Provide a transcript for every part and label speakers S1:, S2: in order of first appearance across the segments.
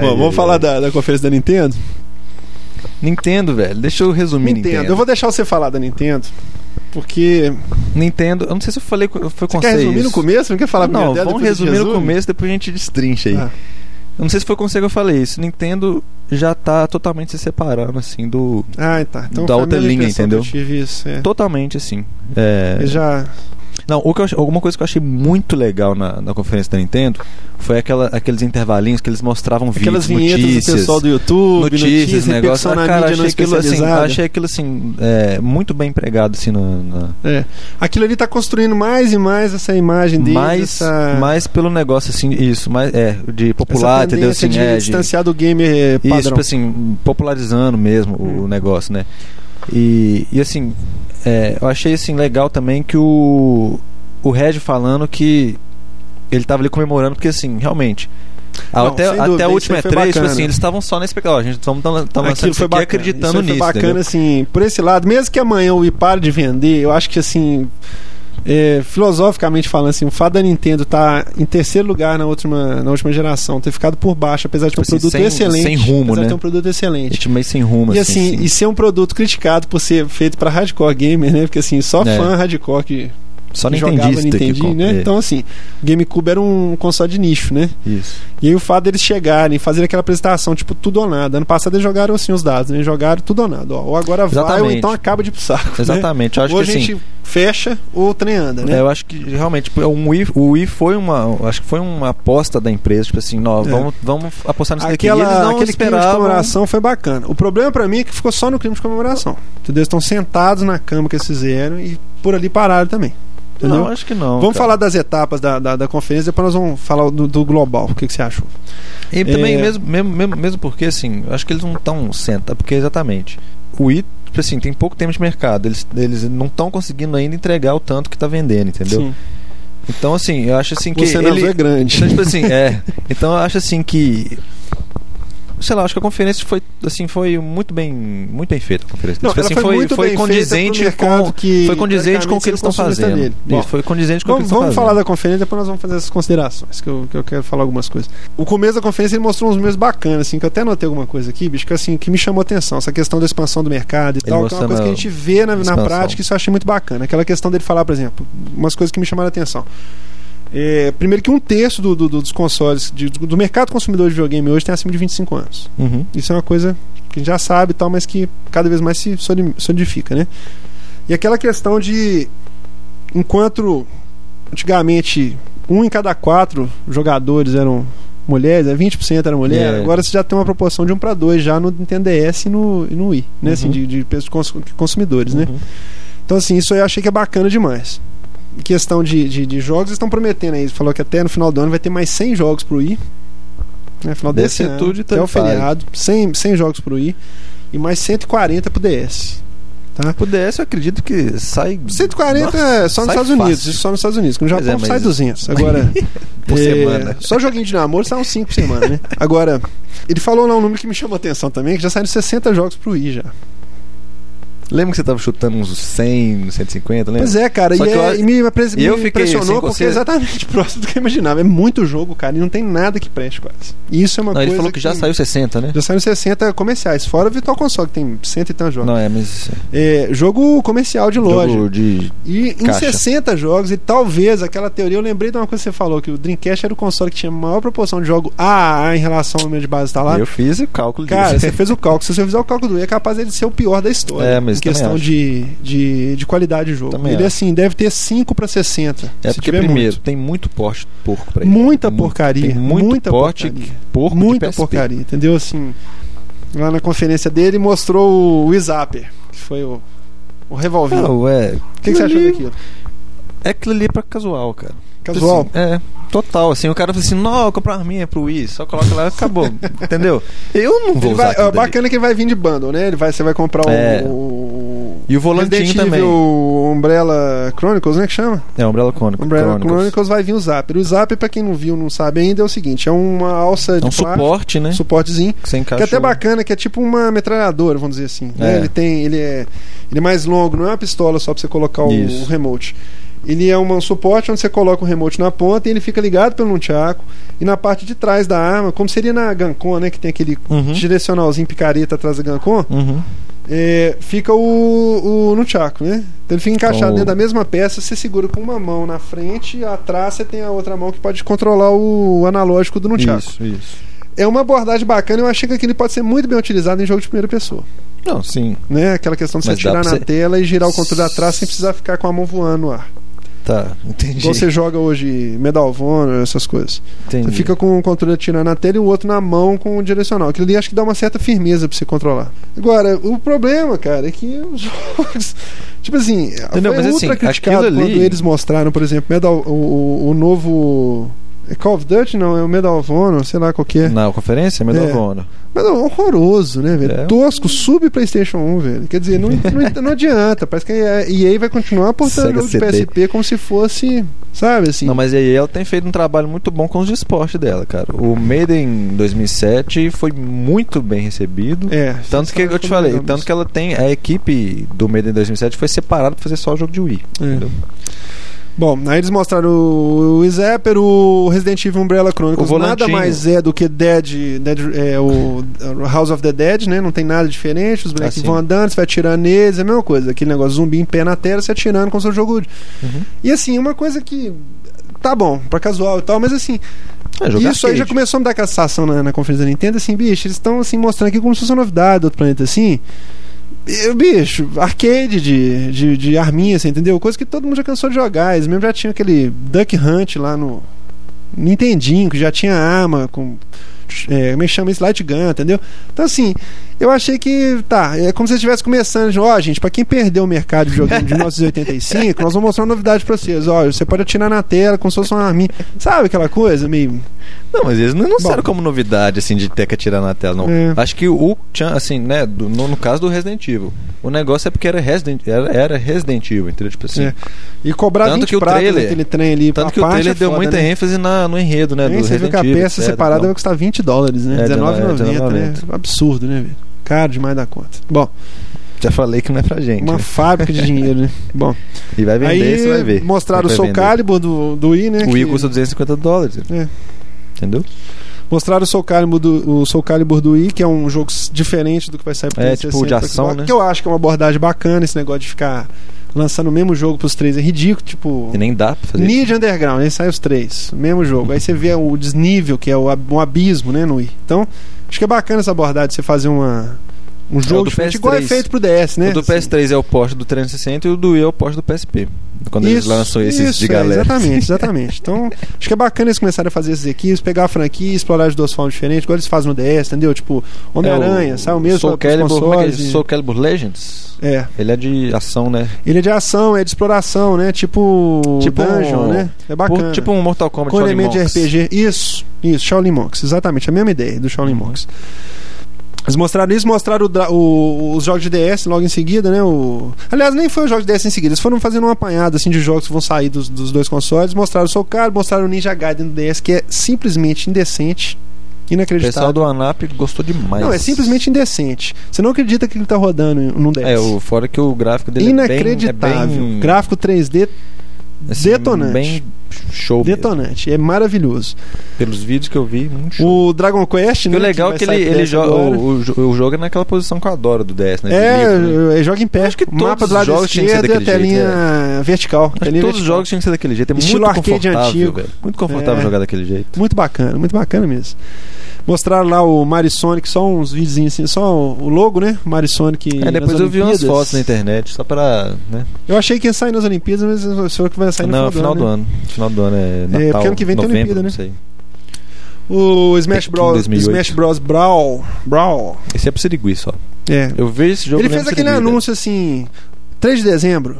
S1: Bom, vamos falar da, da conferência da Nintendo?
S2: Nintendo, velho. Deixa eu resumir
S1: Nintendo.
S2: Nintendo.
S1: Eu vou deixar você falar da Nintendo, porque...
S2: Nintendo, eu não sei se eu falei, eu foi
S1: Você
S2: com
S1: quer
S2: vocês.
S1: resumir no começo? Não quer falar
S2: Não,
S1: primeiro dela,
S2: vamos
S1: depois a gente
S2: resumir no
S1: resume?
S2: começo, depois a gente destrincha aí.
S1: Ah.
S2: Eu não sei se foi consigo eu falei isso. Nintendo já tá totalmente se separando, assim, do.
S1: Ah, tá. Então
S2: Da
S1: foi a
S2: outra
S1: mesma
S2: linha,
S1: impressão que
S2: entendeu?
S1: Eu tive isso, é.
S2: Totalmente assim. É,
S1: Eles Já...
S2: Não, o que eu achei- alguma coisa que eu achei muito legal na, na conferência da Nintendo foi aquela, aqueles intervalinhos que eles mostravam vídeos,
S1: Aquelas vinhetas
S2: notícias,
S1: do pessoal do YouTube,
S2: notícias,
S1: notícias
S2: negócio.
S1: repercussão
S2: Ah,
S1: na
S2: cara,
S1: mídia
S2: achei
S1: não
S2: aquilo, assim,
S1: especializada.
S2: achei aquilo assim, é, muito bem empregado assim no- na-
S1: É. Aquilo ali tá construindo mais e mais essa imagem deles,
S2: mais,
S1: essa...
S2: mais pelo negócio assim, isso, mais é, de popular,
S1: essa
S2: entendeu?
S1: tendência
S2: Assim,
S1: de
S2: é, de-
S1: distanciar do gamer eh, padrão.
S2: Isso, tipo assim, popularizando mesmo o
S1: Hum.
S2: negócio, né? E, e assim, é, eu achei assim, legal também que o, o Regi falando que ele tava ali comemorando, porque assim, realmente. a-
S1: Não,
S2: até
S1: sem dúvida,
S2: até a
S1: isso
S2: última
S1: aí foi
S2: E3, tipo
S1: bacana.
S2: assim, eles estavam só na expectativa. Ó, a gente tamo, tamo, tamo lançando
S1: Aquilo
S2: isso
S1: foi
S2: aqui
S1: bacana.
S2: acreditando
S1: Isso aí
S2: nisso.
S1: Foi bacana,
S2: entendeu?
S1: assim, por esse lado. Mesmo que amanhã o Wii pare de vender, eu acho que, assim, é, filosoficamente falando, assim, o fato da Nintendo estar em terceiro lugar na última, na última geração, ter ficado por baixo, apesar de ter um
S2: Tipo assim,
S1: produto
S2: sem-
S1: excelente.
S2: sem rumo,
S1: apesar
S2: né?
S1: de ter um produto
S2: A
S1: excelente.
S2: gente meio sem rumo,
S1: E assim,
S2: assim.
S1: e ser um produto criticado por ser feito pra hardcore gamer, né? Porque assim, só
S2: É. Tá
S1: fã hardcore que
S2: só
S1: que
S2: não
S1: jogava
S2: entendi isso daqui,
S1: Nintendinho, né?
S2: é,
S1: Então assim, o GameCube era um console de nicho, né?
S2: Isso.
S1: E aí o fato deles chegarem, fazerem aquela apresentação, tipo, tudo ou nada. Ano passado eles jogaram assim os dados, né? Jogaram tudo ou nada. Ó, ou agora vai, ou
S2: Exatamente.
S1: então acaba de ir pro saco. né?
S2: Exatamente. Eu acho
S1: ou
S2: que
S1: a
S2: assim.
S1: gente fecha ou o trem anda,
S2: É,
S1: né?
S2: eu acho que realmente tipo, um Wii, o Wii foi uma. Acho que foi uma aposta da empresa, tipo assim, nó,
S1: É.
S2: vamos, vamos apostar nisso daqui. E
S1: Aquela,
S2: eles não
S1: aquele clima de
S2: esperavam.
S1: comemoração foi bacana. O problema pra mim é que ficou só no clima de comemoração. Entendeu? Eles estão sentados na cama que eles fizeram e por ali pararam também. Entendeu?
S2: Não, acho que não.
S1: Vamos
S2: cara.
S1: falar das etapas da, da, da conferência, depois nós vamos falar do, do global. O que, que você achou?
S2: E também,
S1: É.
S2: mesmo, mesmo, mesmo, mesmo porque, assim, eu acho que eles não estão senta, porque exatamente. O Wii, tipo assim, tem pouco tempo de mercado. Eles, eles não estão conseguindo ainda entregar o tanto que tá vendendo, entendeu?
S1: Sim.
S2: Então, assim, eu acho assim que.
S1: O cenário
S2: ele-
S1: é grande.
S2: Então, tipo assim, é. Então eu acho assim que. Sei lá, acho que a conferência foi assim, foi muito bem, muito bem feita a conferência.
S1: Não,
S2: Tipo
S1: ela
S2: assim,
S1: foi muito bem feita pro
S2: condizente
S1: mercado
S2: com
S1: que,
S2: foi condizente com o que
S1: teoricamente,
S2: eles estão
S1: seria o consumista
S2: fazendo.
S1: dele.
S2: Isso,
S1: Bom,
S2: foi condizente com o
S1: Vamos,
S2: que eles estão
S1: vamos
S2: fazendo.
S1: falar da conferência, depois nós vamos fazer essas considerações, que eu, que eu quero falar algumas coisas. O começo da conferência ele mostrou uns números bacanas, assim, que eu até notei alguma coisa aqui, bicho, que assim, que me chamou atenção, essa questão da expansão do mercado e tal, que é uma
S2: mostrando
S1: coisa que a gente vê na, na
S2: expansão.
S1: prática, isso eu achei muito bacana. Aquela questão dele falar, por exemplo, umas coisas que me chamaram atenção. É, primeiro que um terço do- do- do- dos consoles, de- do mercado consumidor de videogame hoje tem acima de 25 anos.
S2: Uhum.
S1: Isso é uma coisa que a gente já sabe e tal, mas que cada vez mais se soli- solidifica, né? E aquela questão de enquanto antigamente um em cada quatro jogadores eram mulheres, né, 20% eram mulheres,
S2: É.
S1: agora você já tem uma proporção de um para dois já no Nintendo DS e no, e no Wii, né? Assim,
S2: Uhum.
S1: de, de pessoas- cons- consumidores, né?
S2: Uhum.
S1: Então, assim, isso aí eu achei que é bacana demais. Em questão de, de, de jogos, eles estão prometendo aí. Falou que até no final do ano vai ter mais 100 jogos pro Wii. Né, final desse ano,
S2: Decitude
S1: até o
S2: Tarifário.
S1: feriado. 100, 100 jogos pro Wii. E mais 140 pro DS.
S2: Pudesse, eu acredito que sai
S1: 140 é só nos
S2: sai
S1: Estados
S2: fácil.
S1: Unidos. Isso só nos Estados Unidos. que No
S2: Pois
S1: Japão
S2: é, mas-
S1: sai 200. Agora...
S2: por
S1: É,
S2: semana.
S1: Só joguinho de namoro sai uns 5 por semana, né? Agora, ele falou lá um número que me chamou a atenção também, que já saíram 60 jogos pro Wii já.
S2: Lembra que você tava chutando uns 100, 150, lembra?
S1: Pois é, cara,
S2: Só
S1: e,
S2: que
S1: é-
S2: eu-
S1: e me, apres-
S2: eu
S1: me
S2: fiquei assim,
S1: impressionou
S2: sem
S1: porque
S2: conseguir-
S1: é exatamente próximo do que eu imaginava. É muito jogo, cara, e não tem nada que preste quase. E isso é uma
S2: Não,
S1: coisa.
S2: ele falou que, já saiu 60, né?
S1: Já saíram 60 comerciais, fora o Virtual Console, que tem cento e tantos jogos.
S2: Não, é, mas
S1: É, jogo comercial de loja.
S2: jogo de
S1: E
S2: Caixa.
S1: em 60 jogos, e talvez aquela teoria, eu lembrei de uma coisa que você falou, que o Dreamcast era o console que tinha a maior proporção de jogo AAA em relação ao número de tá base instalado.
S2: eu fiz o cálculo
S1: Cara,
S2: disso.
S1: você fez o cálculo. Se você fizer o cálculo do E, é capaz ele ser o pior da história.
S2: É,
S1: em
S2: mas também
S1: questão
S2: acho.
S1: de, de, de qualidade de jogo.
S2: Também
S1: ele,
S2: acho.
S1: assim, deve ter 5 para 60.
S2: É
S1: se
S2: porque
S1: tiver
S2: primeiro
S1: muito.
S2: tem muito porte porco pra ele.
S1: Muita
S2: Tem
S1: porcaria.
S2: Tem muito
S1: muita
S2: porte
S1: porcaria.
S2: porco de
S1: muita
S2: PSP.
S1: porcaria, entendeu? Assim, lá na conferência dele mostrou o Wizapper, que foi o, o revolvinho.
S2: Não, é.
S1: o que, que você achou daquilo?
S2: É aquilo ali pra casual, cara.
S1: Casual.
S2: Assim, é, total. Assim, o cara fala assim: não, eu comprar uma minha pro Wii, só coloca lá e acabou. Entendeu? Eu não vou
S1: Ele
S2: usar.
S1: vai-
S2: aquilo
S1: ó,
S2: dali.
S1: bacana que ele vai vir de bundle, né? Ele vai, você vai comprar o-
S2: É.
S1: o.
S2: E o volantinho
S1: Resident
S2: também.
S1: Evil Umbrella Chronicles, né? Que chama?
S2: É, Umbrella Chronicles.
S1: Umbrella Chronicles.
S2: Chronicles.
S1: vai vir o Zapper. O Zapper, pra quem não viu, não sabe ainda, é o seguinte: é uma alça de
S2: É um
S1: plástico,
S2: suporte, né?
S1: suportezinho,
S2: Que você
S1: que
S2: encaixa.
S1: é até bacana, que é tipo uma metralhadora, vamos dizer assim. né?
S2: É.
S1: Ele tem, ele é, ele é mais longo, não é uma pistola só pra você colocar o,
S2: Isso.
S1: o remote. Ele é um suporte onde você coloca o remote na ponta e ele fica ligado pelo nunchaku. E na parte de trás da arma, como seria na Gancon, né? Que tem aquele
S2: Uhum.
S1: direcionalzinho picareta atrás da Gancon,
S2: Uhum.
S1: é, fica o, o nunchaku, né? Então ele fica encaixado
S2: Com-
S1: dentro da mesma peça, você segura com uma mão na frente e atrás você tem a outra mão que pode controlar o analógico do nunchaku.
S2: Isso, isso.
S1: É uma abordagem bacana, eu achei que aquilo pode ser muito bem utilizado em jogo de primeira pessoa.
S2: Não, sim.
S1: Né? Aquela questão de você
S2: Mas dá
S1: tirar
S2: pra
S1: na
S2: você-
S1: tela e girar o controle atrás sem precisar ficar com a mão voando no ar.
S2: Tá, entendi.
S1: Igual você joga hoje Medal of Honor, essas coisas.
S2: entendi.
S1: Você fica com o controle atirando na tela e o outro na mão com o direcional. Aquilo ali acho que dá uma certa firmeza pra você controlar. Agora, o problema, cara, é que os jogos. Tipo assim,
S2: Entendeu?
S1: foi
S2: Mas,
S1: ultra
S2: assim,
S1: criticado
S2: aquilo ali-
S1: quando eles mostraram, por exemplo, Medal, o, o- o novo. É Call of Duty? Não, é o Medal of Honor, sei lá qual que é.
S2: Na conferência? Medal
S1: É.
S2: of Honor.
S1: Mas é horroroso, né, velho?
S2: É.
S1: Tosco, sub PlayStation 1, velho. Quer dizer, não, não, não adianta. Parece que a EA vai continuar portando
S2: Sega
S1: jogo de
S2: CD.
S1: PSP como se fosse, sabe, assim.
S2: Não, mas a EA ela tem feito um trabalho muito bom com os de esporte dela, cara. O Maiden 2007 foi muito bem recebido.
S1: É.
S2: Tanto que eu te falei, tanto que ela tem. A equipe do Maiden 2007 foi separada pra fazer só o jogo de Wii.
S1: É.
S2: entendeu?
S1: Bom, aí eles mostraram o, o Zapper, o Resident Evil Umbrella Chronicles.
S2: O
S1: nada
S2: volantinho.
S1: mais é do que Dead, Dead é, o House of the Dead, né? Não tem nada diferente. Os bonecos
S2: Ah, sim.
S1: vão andando, você vai atirando neles, é a mesma coisa. Aquele negócio zumbi em pé na tela, você atirando com o seu jogo.
S2: Uhum.
S1: E assim, uma coisa que. Tá bom, pra casual e tal, mas assim,
S2: É, jogo
S1: Isso aí já
S2: arcade.
S1: começou a me dar cassação na, na conferência da Nintendo, assim, bicho, eles estão assim, mostrando aqui como se fosse uma novidade do outro planeta, assim. E, bicho, arcade de, de, de arminha, assim, entendeu? Coisa que todo mundo já cansou de jogar. Eles mesmo já tinham aquele Duck Hunt lá no Nintendinho, que já tinha arma com. É, como é que chama isso? Light Gun, entendeu? Então, assim, eu achei que, tá, é como se eu estivesse começando, de, ó, gente, pra quem perdeu o mercado de videogame de 1985, nós vamos mostrar uma novidade pra vocês, ó, você pode atirar na tela como se fosse uma arminha, sabe aquela coisa meio...
S2: Não, mas eles não anunciaram
S1: Bom.
S2: como novidade, assim, de ter que atirar na tela, não.
S1: É.
S2: Acho que o Chan, assim, né, do- no, no caso do Resident Evil, o negócio é porque era Resident, era, era Resident Evil, entendeu? Tipo assim.
S1: É. E cobrar
S2: Tanto
S1: 20
S2: que o
S1: pratas
S2: trailer-
S1: naquele trem ali.
S2: Tanto
S1: a
S2: que o
S1: parte
S2: trailer
S1: é
S2: deu
S1: foda,
S2: muita
S1: né?
S2: ênese na, no enredo, né?
S1: Hein?
S2: do
S1: Você viu
S2: Resident
S1: que a
S2: Evil,
S1: peça
S2: etc,
S1: separada
S2: então.
S1: vai custar 20 dólares, né?
S2: É,
S1: 19,90, né?
S2: R$19,90.
S1: Absurdo, né, velho? Caro demais da conta. Bom,
S2: Já falei que não é pra gente.
S1: uma
S2: né?
S1: fábrica de dinheiro, né? Bom,
S2: E vai vender,
S1: aí
S2: você vai ver.
S1: mostraram o
S2: Vai
S1: Soul
S2: vender.
S1: Calibur do, do I, né?
S2: O Wii
S1: que-
S2: custa 250 dólares.
S1: É.
S2: Entendeu?
S1: Mostraram o Soul, Calibur do, o Soul Calibur do I, que é um jogo s- diferente do que vai sair pro
S2: É, tipo,
S1: 360,
S2: de ação,
S1: Xbox,
S2: né?
S1: Que eu acho que é uma abordagem bacana esse negócio de ficar lançando o mesmo jogo pros três. É ridículo, tipo...
S2: E nem dá pra fazer. isso.
S1: Need Underground, aí sai os três, mesmo jogo. Aí você vê o desnível, que é o, ab- um abismo, né, no Wii. Então, acho que é bacana essa abordagem de você fazer uma, um jogo
S2: do
S1: diferente,
S2: PS3.
S1: igual é feito pro DS, né?
S2: O do PS3 é o poste do 360 e o do Wii é o poste do PSP. Quando eles lançam esses
S1: isso,
S2: de
S1: é,
S2: galera.
S1: exatamente, exatamente. Então, acho que é bacana eles começarem a fazer esses equipes, pegar a franquia e explorar de duas formas diferentes, igual eles fazem no DS, entendeu? Tipo, Homem-Aranha,
S2: É, o-
S1: sai o mesmo
S2: Soul
S1: pra- pros
S2: Calibur, como é que é?
S1: consoles e-
S2: Soul Calibur Legends?
S1: É,
S2: Ele é de ação, né?
S1: ele é de ação, é de exploração, né? Tipo,
S2: Tipo
S1: Dungeon,
S2: um-
S1: né? É
S2: Por-
S1: bacana.
S2: tipo um Mortal Kombat
S1: com
S2: Shaolin
S1: elemento
S2: Monks.
S1: de RPG. Isso, isso, Shaolin Monks, exatamente, a mesma ideia do Shaolin Monks. Eles mostraram isso, mostraram o dra- o- os jogos de DS logo em seguida, né? O... Aliás, nem foi os jogos de DS em seguida, eles foram fazendo um apanhado assim, de jogos que vão sair dos, dos dois consoles. Mostraram o Soul Calibur, mostraram o Ninja Gaiden do DS, que é simplesmente indecente,
S2: O pessoal
S1: inacreditável.
S2: do ANAP gostou demais.
S1: Não, é simplesmente indecente. Você não acredita que ele tá rodando num DS.
S2: É, o, fora que o gráfico dele
S1: Inacreditável.
S2: é bem... É bem
S1: Gráfico 3D
S2: assim,
S1: detonante.
S2: Bem show mesmo.
S1: detonante. É maravilhoso.
S2: Pelos vídeos que eu vi, muito show.
S1: O Dragon Quest,
S2: E
S1: né?
S2: o legal é
S1: vai
S2: que ele,
S1: sair pro
S2: ele
S1: DS
S2: joga.
S1: agora.
S2: O, o jo- o jogo é naquela posição que eu adoro do DS, né? De
S1: É,
S2: livro, né?
S1: eu- joga em pé.
S2: Acho que
S1: o mapa
S2: todos
S1: do
S2: os
S1: lado
S2: jogos tinham que ser
S1: esquerdo e a
S2: daquele
S1: telinha
S2: jeito, né?
S1: vertical.
S2: Acho que
S1: telinha
S2: todos os
S1: vertical.
S2: jogos tinham que ser daquele jeito. É muito
S1: Estilo arcade
S2: confortável,
S1: antigo.
S2: velho. Muito confortável
S1: É.
S2: jogar daquele jeito.
S1: Muito bacana, muito bacana mesmo. Mostraram lá o Mario Sonic, só uns videozinhos assim, só o o logo, né? Mario Sonic.
S2: É, depois
S1: nas
S2: eu vi umas
S1: Olimpíadas.
S2: fotos na internet, só pra. Né?
S1: Eu achei que ia sair nas Olimpíadas, mas o senhor que vai sair
S2: não,
S1: Tá no final, do ano. né?
S2: ano. Final do ano é Natal.
S1: porque ano que vem tem
S2: novembro,
S1: Olimpíada, né?
S2: não sei.
S1: O Smash
S2: Tekken
S1: Bros.
S2: 2008.
S1: Smash Bros. Brawl. Brawl.
S2: Esse é pro Sirigui só.
S1: É.
S2: Eu vejo esse jogo.
S1: Ele
S2: eu lembro
S1: fez aquele
S2: Sirigui, velho.
S1: anúncio assim, 3 de dezembro,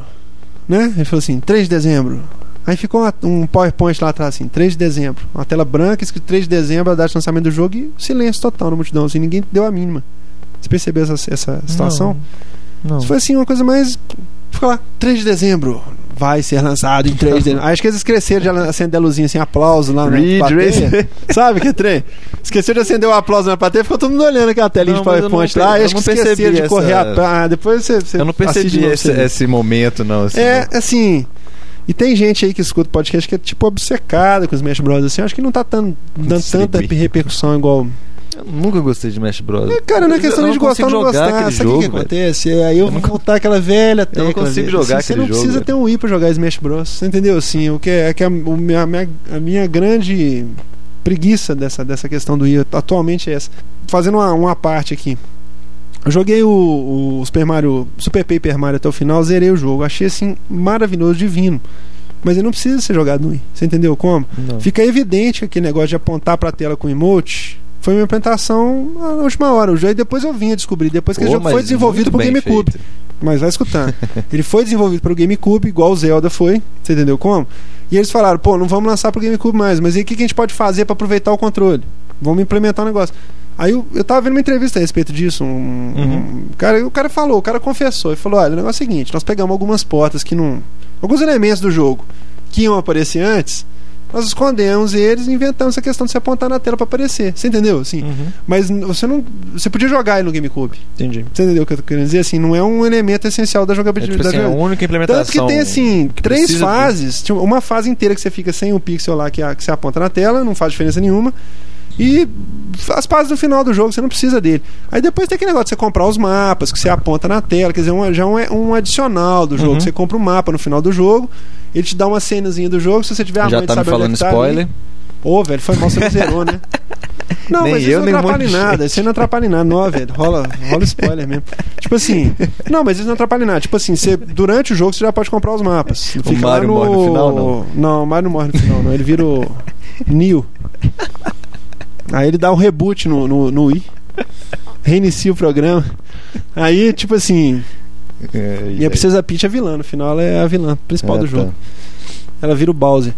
S1: né? Ele falou assim, 3 de dezembro. Aí ficou uma- um PowerPoint lá atrás, assim, 3 de dezembro. Uma tela branca, escrito 3 de dezembro, a data de lançamento do jogo e silêncio total na multidão, assim, ninguém deu a mínima. Você percebeu essa, essa situação?
S2: Não.
S1: Isso foi assim, uma coisa mais. Ficou lá, 3 de dezembro. Vai ser lançado em 3 de dezembro. Acho que eles esqueceram de ala- acender a luzinha assim, aplauso lá na
S2: Reed
S1: plateia.
S2: Racer.
S1: Sabe que trem? Esqueceu de acender o aplauso na plateia, ficou todo mundo olhando aquela telinha
S2: Não,
S1: de
S2: mas eu
S1: PowerPoint
S2: não
S1: lá.
S2: per-
S1: e
S2: eu
S1: acho que
S2: não
S1: esqueceram
S2: percebi
S1: de correr
S2: essa-
S1: a... Ah, depois você, você
S2: Eu não
S1: assiste de
S2: percebi
S1: novo
S2: esse,
S1: pra você ver.
S2: esse momento, não. assim,
S1: É, assim. E tem gente aí que escuta podcast que é tipo obcecada com os Smash Bros. Assim, eu acho que não tá tan, dando tanta
S2: Distribui.
S1: repercussão igual.
S2: Eu nunca gostei de Smash Bros.
S1: É, Cara, não é
S2: Eu
S1: questão
S2: não
S1: nem de gostar ou
S2: consigo
S1: não
S2: jogar
S1: gostar.
S2: aquele
S1: Sabe o que, que
S2: jogo,
S1: acontece? É, Aí eu vou voltar aquela velha tecla.
S2: consigo
S1: velho.
S2: jogar
S1: Assim, Você
S2: aquele
S1: não
S2: jogo,
S1: precisa
S2: velho.
S1: ter um i pra jogar Smash Bros. Você entendeu? Assim, o que é, é que a, o minha- a minha, a minha grande preguiça dessa, dessa questão do i atualmente é essa. Fazendo uma, uma parte aqui. Eu joguei o, o Super Mario, Super Paper Mario até o final, zerei o jogo. Achei assim maravilhoso, divino. Mas ele não precisa ser jogado no i. Você entendeu como?
S2: Não.
S1: Fica evidente que aquele negócio de apontar pra tela com emote foi uma implementação ah, na última hora. O jogo depois eu vim a descobrir, depois que o
S2: Pô,
S1: jogo
S2: mas
S1: foi desenvolvido pro
S2: muito bem
S1: GameCube.
S2: feito.
S1: Mas vai escutando. ele foi desenvolvido pro GameCube, igual o Zelda foi, você entendeu como? E eles falaram, pô, não vamos lançar pro GameCube mais, mas e o que, que a gente pode fazer pra aproveitar o controle? Vamos implementar um negócio. Aí eu, eu tava vendo uma entrevista a respeito disso. Um,
S2: Uhum.
S1: um cara, e o cara falou, o cara confessou e falou: olha, o negócio é o seguinte, nós pegamos algumas portas que não. alguns elementos do jogo que iam aparecer antes, nós escondemos eles e inventamos essa questão de se apontar na tela pra aparecer. Você entendeu? Assim,
S2: Uhum,
S1: mas n- você não. Você podia jogar ele no GameCube.
S2: entendi.
S1: Você entendeu o que eu tô querendo dizer? Assim, não é um elemento essencial da
S2: É, tipo
S1: jogabilidade.
S2: assim,
S1: da
S2: a única
S1: tanto que
S2: implementação.
S1: tem, assim, três
S2: precisa-
S1: fases. Tipo, Uma fase inteira que você fica sem o pixel lá que, a- que você aponta na tela, não faz diferença nenhuma. E as fases no final do jogo, você não precisa dele. Aí depois tem aquele negócio de você comprar os mapas, que você aponta na tela, quer dizer, um, já é um, um adicional do jogo.
S2: Uhum.
S1: Você compra o mapa no final do jogo, ele te dá uma cenazinha do jogo, se você tiver a
S2: já
S1: mãe
S2: tá me
S1: saber
S2: falando
S1: onde é que tá ali.
S2: spoiler.
S1: Ô, velho, foi mal, você não zerou, né? Não,
S2: Nem
S1: mas isso
S2: eu,
S1: não
S2: nem um
S1: atrapalha
S2: monte
S1: em
S2: de
S1: nada. Isso aí não atrapalha em nada, não, velho. Rola, rola spoiler mesmo. Tipo assim. Não, mas isso não atrapalha em nada. Tipo assim, você, durante o jogo você já pode comprar os mapas. Fica lá
S2: Mario morre no final, não?
S1: Não, o Mario não morre no final, não. Ele vira o. Neo. Aí ele dá um reboot no, no, no Wii. Reinicia o programa. Aí, tipo assim. E a Princesa Peach é vilã. No final, ela é a vilã principal
S2: tá.
S1: do jogo. Ela vira o Bowser.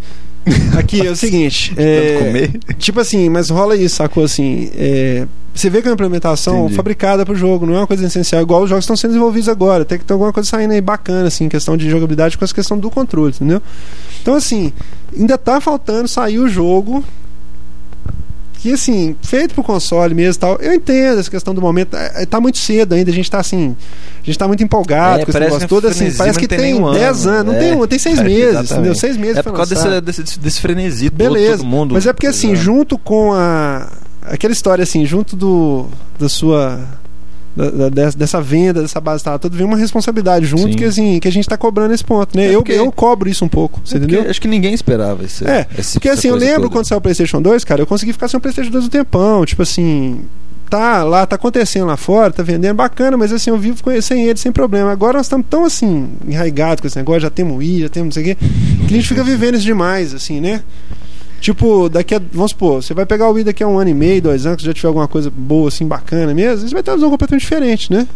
S1: Aqui é o seguinte. é,
S2: comer.
S1: Tipo assim, mas rola isso, sacou? Assim, é, você vê que é uma implementação
S2: Entendi.
S1: fabricada pro jogo, não é uma coisa essencial, igual os jogos que estão sendo desenvolvidos agora. Tem que ter alguma coisa saindo aí bacana, assim, em questão de jogabilidade com essa questão do controle, entendeu? Então, assim, ainda tá faltando sair o jogo. Que assim, feito pro console mesmo e tal, eu entendo essa questão do momento. é, é, Tá muito cedo ainda, a gente tá assim. A gente tá muito empolgado
S2: É,
S1: com esse
S2: parece
S1: negócio
S2: que é
S1: todo, assim.
S2: frenesi,
S1: Parece
S2: mas
S1: que
S2: não tem
S1: tem
S2: nem um
S1: 10
S2: ano.
S1: anos, não
S2: É,
S1: tem um, tem seis
S2: é,
S1: meses, entendeu?
S2: exatamente.
S1: Seis meses
S2: É
S1: pra
S2: por causa
S1: lançar.
S2: desse, desse, desse frenesi todo,
S1: Beleza,
S2: todo mundo.
S1: Mas é porque assim,
S2: É.
S1: junto com a. Aquela história assim, junto do. Da sua. da- da- dessa, dessa venda, dessa base tá toda, vem uma responsabilidade junto
S2: Sim.
S1: que assim, que a gente tá cobrando esse ponto, né?
S2: É
S1: eu,
S2: porque-
S1: eu cobro isso um pouco, você
S2: É porque
S1: entendeu?
S2: Acho que ninguém esperava isso.
S1: É, Porque assim, eu lembro quando saiu o PlayStation 2, cara, eu consegui ficar sem o PlayStation 2 um tempão. Tipo assim, tá lá, tá acontecendo lá fora, tá vendendo bacana, mas assim, eu vivo com- sem ele, sem problema. Agora nós estamos tão assim, enraigados com esse negócio, já temos I, já temos não sei o quê, que a gente fica vivendo isso demais, assim, né? Tipo, daqui a. Vamos supor, você vai pegar o Wii daqui a um ano e meio, dois anos, que já tiver alguma coisa boa, assim, bacana mesmo, você vai ter uma visão completamente diferente, né?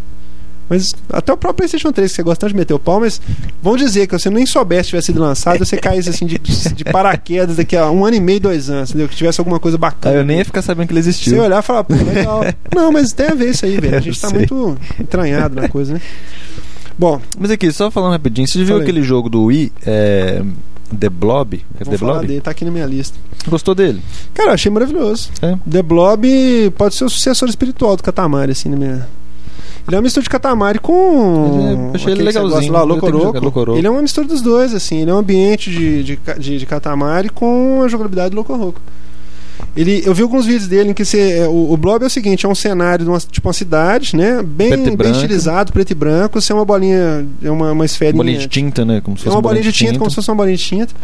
S1: Mas até o próprio PlayStation 3, que você gosta tanto de meter o pau, mas vão dizer que se você nem soubesse que tivesse sido lançado, você caísse assim de, de paraquedas daqui a um ano e meio, dois anos, entendeu? Que tivesse alguma coisa
S2: Aí
S1: bacana.
S2: eu nem ia ficar sabendo que ele
S1: Você
S2: existiu.
S1: olhar e falar, pô, legal. Não, mas tem a ver isso aí, velho. A
S2: Eu
S1: gente tá
S2: sei.
S1: muito entranhado na coisa, né? Bom,
S2: Mas aqui, só falando rapidinho, você já viu
S1: Fala aí.
S2: aquele jogo do Wii? É, The Blob? É
S1: vamos
S2: The
S1: falar
S2: Blob?
S1: dele, tá aqui na minha lista.
S2: Gostou dele?
S1: Cara, eu achei maravilhoso.
S2: É.
S1: The Blob pode ser o sucessor espiritual do Katamari, assim, na minha. Ele é uma mistura de Katamari
S2: Ele é-
S1: com.
S2: eu achei
S1: aquele que você
S2: ele
S1: gosta
S2: legalzinho.
S1: Lá,
S2: Eu tenho que
S1: Locoroco.
S2: jogar Locoroco.
S1: Ele é uma mistura dos dois, assim. Ele é um ambiente de, de, ca- de, de Katamari com a jogabilidade do Locoroco. Ele, eu vi alguns vídeos dele em que você, é, o, o Blob é o seguinte: é um cenário de uma, tipo uma cidade, né? Bem,
S2: Preto e
S1: bem
S2: branco.
S1: estilizado, preto e branco. Você é uma bolinha, é uma, uma esfera
S2: Bolinha de tinta, né? Como se
S1: é
S2: fosse
S1: uma bolinha de tinta, como se fosse uma bolinha de tinta.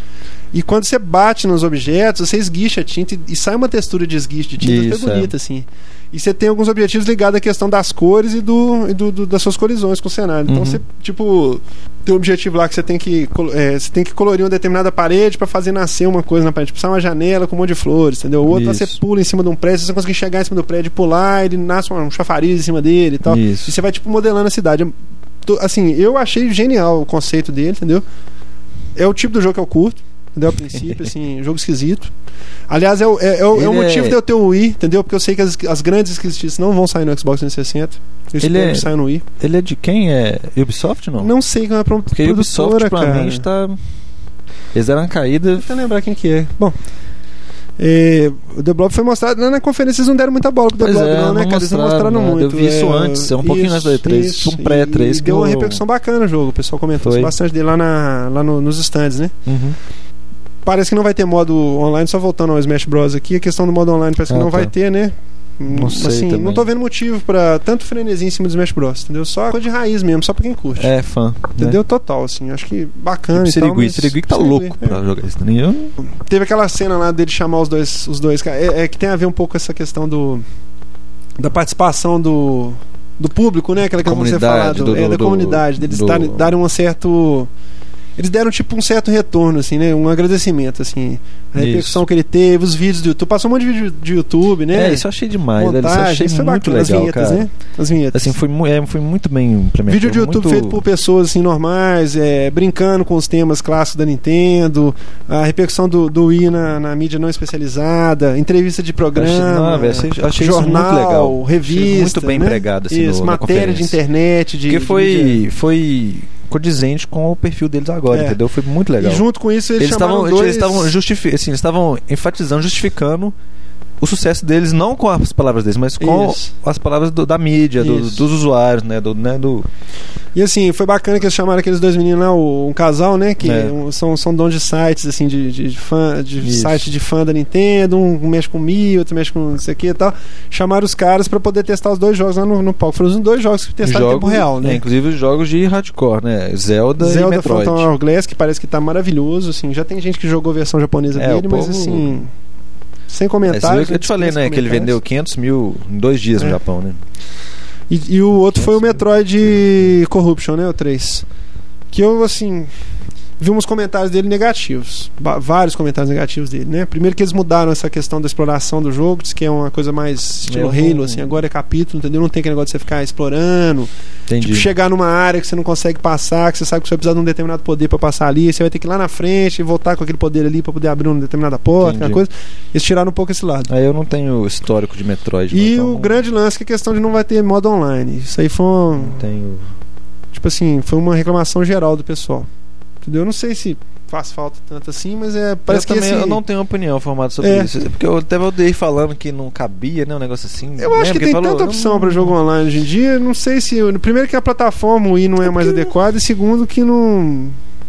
S1: E quando você bate nos objetos, você esguicha a tinta e, e sai uma textura de esguicho de tinta
S2: Isso,
S1: até
S2: é.
S1: bonita, assim. E você tem alguns objetivos ligados à questão das cores e, do, e do- do- das suas colisões com o cenário. Então
S2: Uhum.
S1: você, tipo, tem um objetivo lá que você tem que, colo- é, você tem que colorir uma determinada parede pra fazer nascer uma coisa na parede. Tipo, sai uma janela com um monte de flores, entendeu? O outro lá você
S2: Isso.
S1: pula em cima de um prédio, se você conseguir chegar em cima do prédio e pular, ele nasce um, um chafariz em cima dele e tal.
S2: Isso.
S1: E você vai, tipo, modelando a cidade. Eu tô- Assim, eu achei genial o conceito dele, entendeu? É o tipo do jogo que eu curto, entendeu? A princípio, assim, jogo esquisito. Aliás, é o, é, é o, é o
S2: Ele
S1: motivo
S2: é-
S1: de eu ter o Wii, entendeu? Porque eu sei que as, as grandes esquisitices não vão sair no Xbox 360. Eu
S2: Ele
S1: espero
S2: é-
S1: que saia no Wii.
S2: Ele é de quem? É Ubisoft, não?
S1: Não sei quem é a pro-
S2: Porque
S1: produtora,
S2: Ubisoft, pra
S1: cara.
S2: mim, está... Eles deram uma caída...
S1: Vou até lembrar quem que é. Bom, É, o The Blob foi mostrado. Na, na conferência eles não deram muita bola pro The
S2: Pois
S1: Blob,
S2: é,
S1: não, né,
S2: não
S1: cara? Eles não
S2: mostraram,
S1: mostraram
S2: né? Eu
S1: muito.
S2: vi isso antes, é um pouquinho antes da E3,
S1: isso.
S2: um pré-E3
S1: E
S2: que
S1: deu uma
S2: eu-
S1: repercussão bacana o jogo, o pessoal comentou
S2: Foi.
S1: bastante dele lá, na, lá no- nos stands, né?
S2: Uhum.
S1: Parece que não vai ter modo online, só voltando ao Smash Bros. aqui, a questão do modo online parece que
S2: Ah,
S1: não
S2: tá.
S1: vai ter, né?
S2: Não sei
S1: assim,
S2: também.
S1: não tô vendo motivo pra tanto frenesi em cima do Smash Bros, entendeu? Só coisa de raiz mesmo, só pra quem curte.
S2: É fã.
S1: Entendeu? Total, assim. Acho que
S2: Né?
S1: bacana
S2: Tipo
S1: e tal.
S2: Sirigui,
S1: mas-
S2: Sirigui que tá
S1: Sirigui,
S2: louco
S1: é.
S2: pra jogar isso. Nem eu.
S1: Teve aquela cena lá dele chamar os dois, os dois caras. É, é que tem a ver um pouco com essa questão do. da participação do. do público, né? Aquela que você
S2: Comunidade,
S1: falado.
S2: do-
S1: é, da
S2: do-
S1: comunidade. Deles
S2: do-
S1: darem, darem um certo. Eles deram tipo um certo retorno, assim, né? Um agradecimento, assim. A
S2: Isso.
S1: repercussão que ele teve, os vídeos do YouTube. Passou um monte de vídeo de YouTube, né?
S2: É, isso eu achei demais, velho. Isso eu
S1: Montagem,
S2: achei
S1: isso foi
S2: muito
S1: bacana,
S2: legal,
S1: as vinhetas,
S2: cara.
S1: né? As vinhetas.
S2: Assim, foi, mu- é, foi muito bem implementado.
S1: Vídeo de YouTube
S2: é muito...
S1: feito por pessoas assim, normais, é, brincando com os temas clássicos da Nintendo, a repercussão do, do Wii na, na mídia não especializada, entrevista de programa,
S2: Achei, não, velho, achei, achei
S1: jornal,
S2: isso muito legal.
S1: revista.
S2: Achei muito bem
S1: né?
S2: empregado assim,
S1: Isso,
S2: no, na
S1: matéria de
S2: conferência.
S1: internet, de.
S2: Porque
S1: de
S2: foi,
S1: mídia.
S2: foi condizente com o perfil deles agora,
S1: É.
S2: entendeu? Foi muito legal.
S1: E junto com isso eles,
S2: eles
S1: chamaram
S2: estavam
S1: dois...
S2: eles estavam justifi- assim, eles estavam enfatizando, justificando o sucesso deles não com as palavras deles, mas com
S1: Isso.
S2: as palavras do- da mídia, do-
S1: Isso.
S2: dos usuários, né, do, né, do
S1: E assim, foi bacana que eles chamaram aqueles dois meninos lá, o- um casal, né? Que
S2: É.
S1: um- são, são donos de sites, assim, de, de, de fã, de
S2: Isso.
S1: site de fã da Nintendo, um mexe com Mi, outro mexe com não sei o que e tal. Chamaram os caras pra poder testar os dois jogos lá no, no palco. Foram os dois jogos que testaram em tempo
S2: jogos,
S1: real,
S2: né,
S1: né?
S2: inclusive os jogos de hardcore, né, Zelda, e
S1: Zelda
S2: Metroid. É,
S1: Phantom Hourglass, que parece que tá maravilhoso, assim. Já tem gente que jogou a versão japonesa
S2: É,
S1: dele,
S2: o
S1: mas
S2: povo-
S1: assim. Sem
S2: É, você viu
S1: comentários.
S2: que eu te falei,
S1: sem
S2: né, que ele
S1: comentários.
S2: vendeu 500 mil em dois dias
S1: É.
S2: no Japão, né?
S1: E, e o outro foi o
S2: Sim.
S1: Metroid Corruption, né? O 3. Que eu, assim, vi uns comentários dele negativos. Ba- vários comentários negativos dele, né? Primeiro que eles mudaram essa questão da exploração do jogo, diz que é uma coisa mais estilo
S2: É um-
S1: Halo, assim, agora é capítulo, entendeu? Não tem aquele negócio de você ficar explorando,
S2: Entendi.
S1: tipo, chegar numa área que você não consegue passar, que você sabe que você vai precisar de um determinado poder pra passar ali, você vai ter que ir lá na frente e voltar com aquele poder ali pra poder abrir uma determinada porta, aquela
S2: Entendi.
S1: coisa. Eles tiraram um pouco esse lado.
S2: Aí eu não tenho histórico de Metroid. não,
S1: E
S2: então
S1: o grande lance que é a questão de não vai ter modo online. Isso aí foi um,
S2: Não tenho.
S1: tipo assim, foi uma reclamação geral do pessoal. Entendeu? Eu não sei se faz falta tanto assim, mas é. Parece
S2: eu
S1: que
S2: também
S1: esse-
S2: eu não tenho opinião formada sobre
S1: É.
S2: isso. Porque eu até odeio falando que não cabia, né? Um negócio assim.
S1: Eu acho que tem tanta opção pra jogo online hoje em dia. Não sei se. Primeiro que a plataforma Wii não é mais
S2: porque-
S1: adequada, e segundo que não.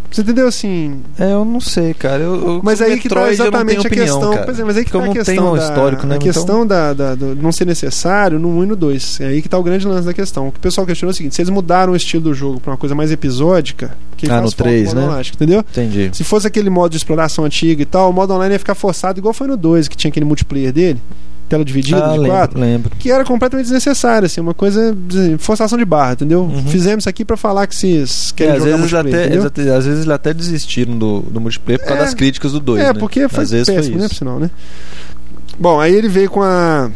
S1: Você entendeu assim?
S2: É, eu não sei, cara. Eu, eu-
S1: Mas aí que tá
S2: Metroid, eu não
S1: exatamente
S2: tenho
S1: a
S2: opinião,
S1: questão.
S2: cara.
S1: Pois é, mas aí que
S2: Porque
S1: tá
S2: eu
S1: a
S2: não
S1: questão.
S2: tenho um
S1: da,
S2: histórico, né?
S1: A
S2: Então-
S1: questão da, da- do não ser necessário no 1 e no 2. É aí que tá o grande lance da questão. O que o pessoal questionou é o seguinte: se eles mudaram o estilo do jogo pra uma coisa mais episódica, que
S2: Ah,
S1: faz
S2: no
S1: falta
S2: 3,
S1: modo
S2: né?
S1: online, Entendeu?
S2: Entendi.
S1: Se fosse aquele modo de exploração antigo e tal, o modo online ia ficar forçado, igual foi no 2, que tinha aquele multiplayer dele, tela dividida
S2: ah,
S1: de 4,
S2: lembro, lembro.
S1: que era completamente desnecessário, assim, uma coisa de forçação de barra, entendeu?
S2: Uhum.
S1: Fizemos isso aqui pra falar que vocês
S2: É,
S1: querem
S2: às,
S1: jogar
S2: vezes
S1: multiplayer,
S2: até,
S1: entendeu?
S2: eles até- às vezes eles até desistiram do, do multiplayer por causa
S1: É.
S2: das críticas do 2.
S1: é,
S2: né?
S1: porque foi
S2: às vezes
S1: péssimo,
S2: foi
S1: né,
S2: isso.
S1: por sinal, né? Bom, aí ele veio com a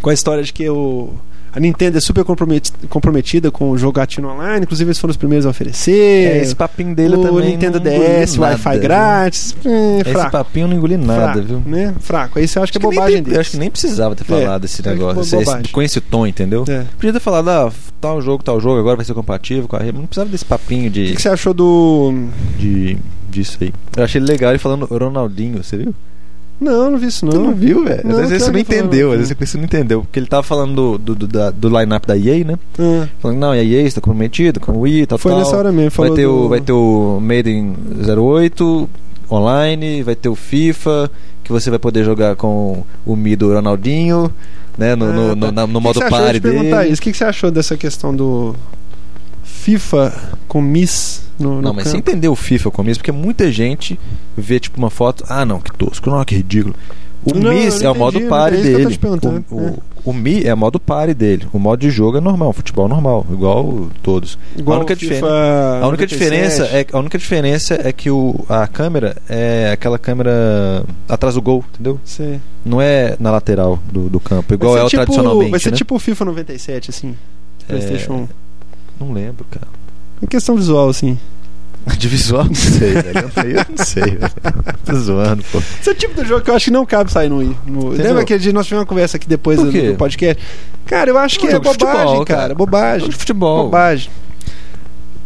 S1: com a história de que o a Nintendo é super compromet- comprometida com o jogatino online, inclusive eles foram os primeiros a oferecer.
S2: É, esse papinho dele eu
S1: o
S2: também.
S1: Nintendo
S2: não engoli
S1: DS,
S2: nada,
S1: Wi-Fi
S2: viu?
S1: grátis, hum,
S2: Esse
S1: fraco.
S2: papinho eu não engoli nada,
S1: fraco,
S2: viu?
S1: Né? Fraco. Aí você acha que é
S2: nem
S1: bobagem
S2: tem-
S1: dele.
S2: eu acho que nem precisava ter falado esse
S1: acho que
S2: negócio,
S1: foi
S2: esse- esse-
S1: bobagem.
S2: com esse tom, entendeu?
S1: É.
S2: Podia ter falado, ah, tal jogo, tal jogo, agora vai ser compatível com a rede. Não precisava desse papinho
S1: O
S2: de,
S1: que, que você achou do.
S2: de, disso aí. Eu achei legal ele falando Ronaldinho, você viu?
S1: Não, não vi isso não.
S2: Tu não viu, velho?
S1: Não,
S2: Às vezes você
S1: claro que
S2: não
S1: eu tô
S2: entendeu,
S1: falando.
S2: às vezes você não entendeu. Porque ele tava falando do, do, da- do line-up da EA, né?
S1: Ah,
S2: Falando, não, e a EA está comprometida com o Wii, tal,
S1: foi
S2: tal.
S1: nessa hora mesmo.
S2: vai,
S1: Falou
S2: ter o,
S1: do-
S2: vai ter o Made in 08 online, vai ter o FIFA, que você vai poder jogar com o Mi do Ronaldinho, né? No, no,
S1: Ah,
S2: no,
S1: tá.
S2: na- no
S1: O que
S2: modo
S1: que você achou?
S2: party
S1: Deixa eu te
S2: dele.
S1: perguntar isso. O que, que você achou dessa questão do. FIFA com Miss no, no
S2: Não, mas você
S1: campo?
S2: entendeu o FIFA com isso, porque muita gente vê tipo uma foto, ah não, que tosco, não, que ridículo. O
S1: Não, eu
S2: Miss
S1: não
S2: é o modo
S1: entendi,
S2: pare
S1: é isso que eu tô
S2: dele.
S1: te perguntando,
S2: o, o, o Mi é o modo pare dele. O modo de jogo é normal, futebol normal, igual todos.
S1: Igual
S2: a única
S1: o FIFA
S2: A única
S1: 97.
S2: diferença é a única diferença é que o, a câmera é aquela câmera atrás do gol, entendeu?
S1: Sei.
S2: Não é na lateral do, do campo,
S1: Vai
S2: igual
S1: ser
S2: é o
S1: tipo-
S2: tradicionalmente,
S1: Vai ser
S2: né? É.
S1: tipo o FIFA 97, assim. PlayStation 1.
S2: Não lembro, cara.
S1: Em questão visual, assim.
S2: De visual, não sei, velho. Eu não sei, velho. Tô zoando, pô.
S1: Esse é o tipo do jogo que eu acho que não cabe sair no i. No...
S2: Entendeu?
S1: Lembra aquele dia nós tivemos uma conversa aqui depois
S2: Por
S1: do,
S2: quê?
S1: do podcast? Cara, eu acho que
S2: É
S1: é
S2: um jogo de
S1: bobagem,
S2: futebol,
S1: cara.
S2: cara.
S1: Bobagem.
S2: Jogo de futebol.
S1: Bobagem.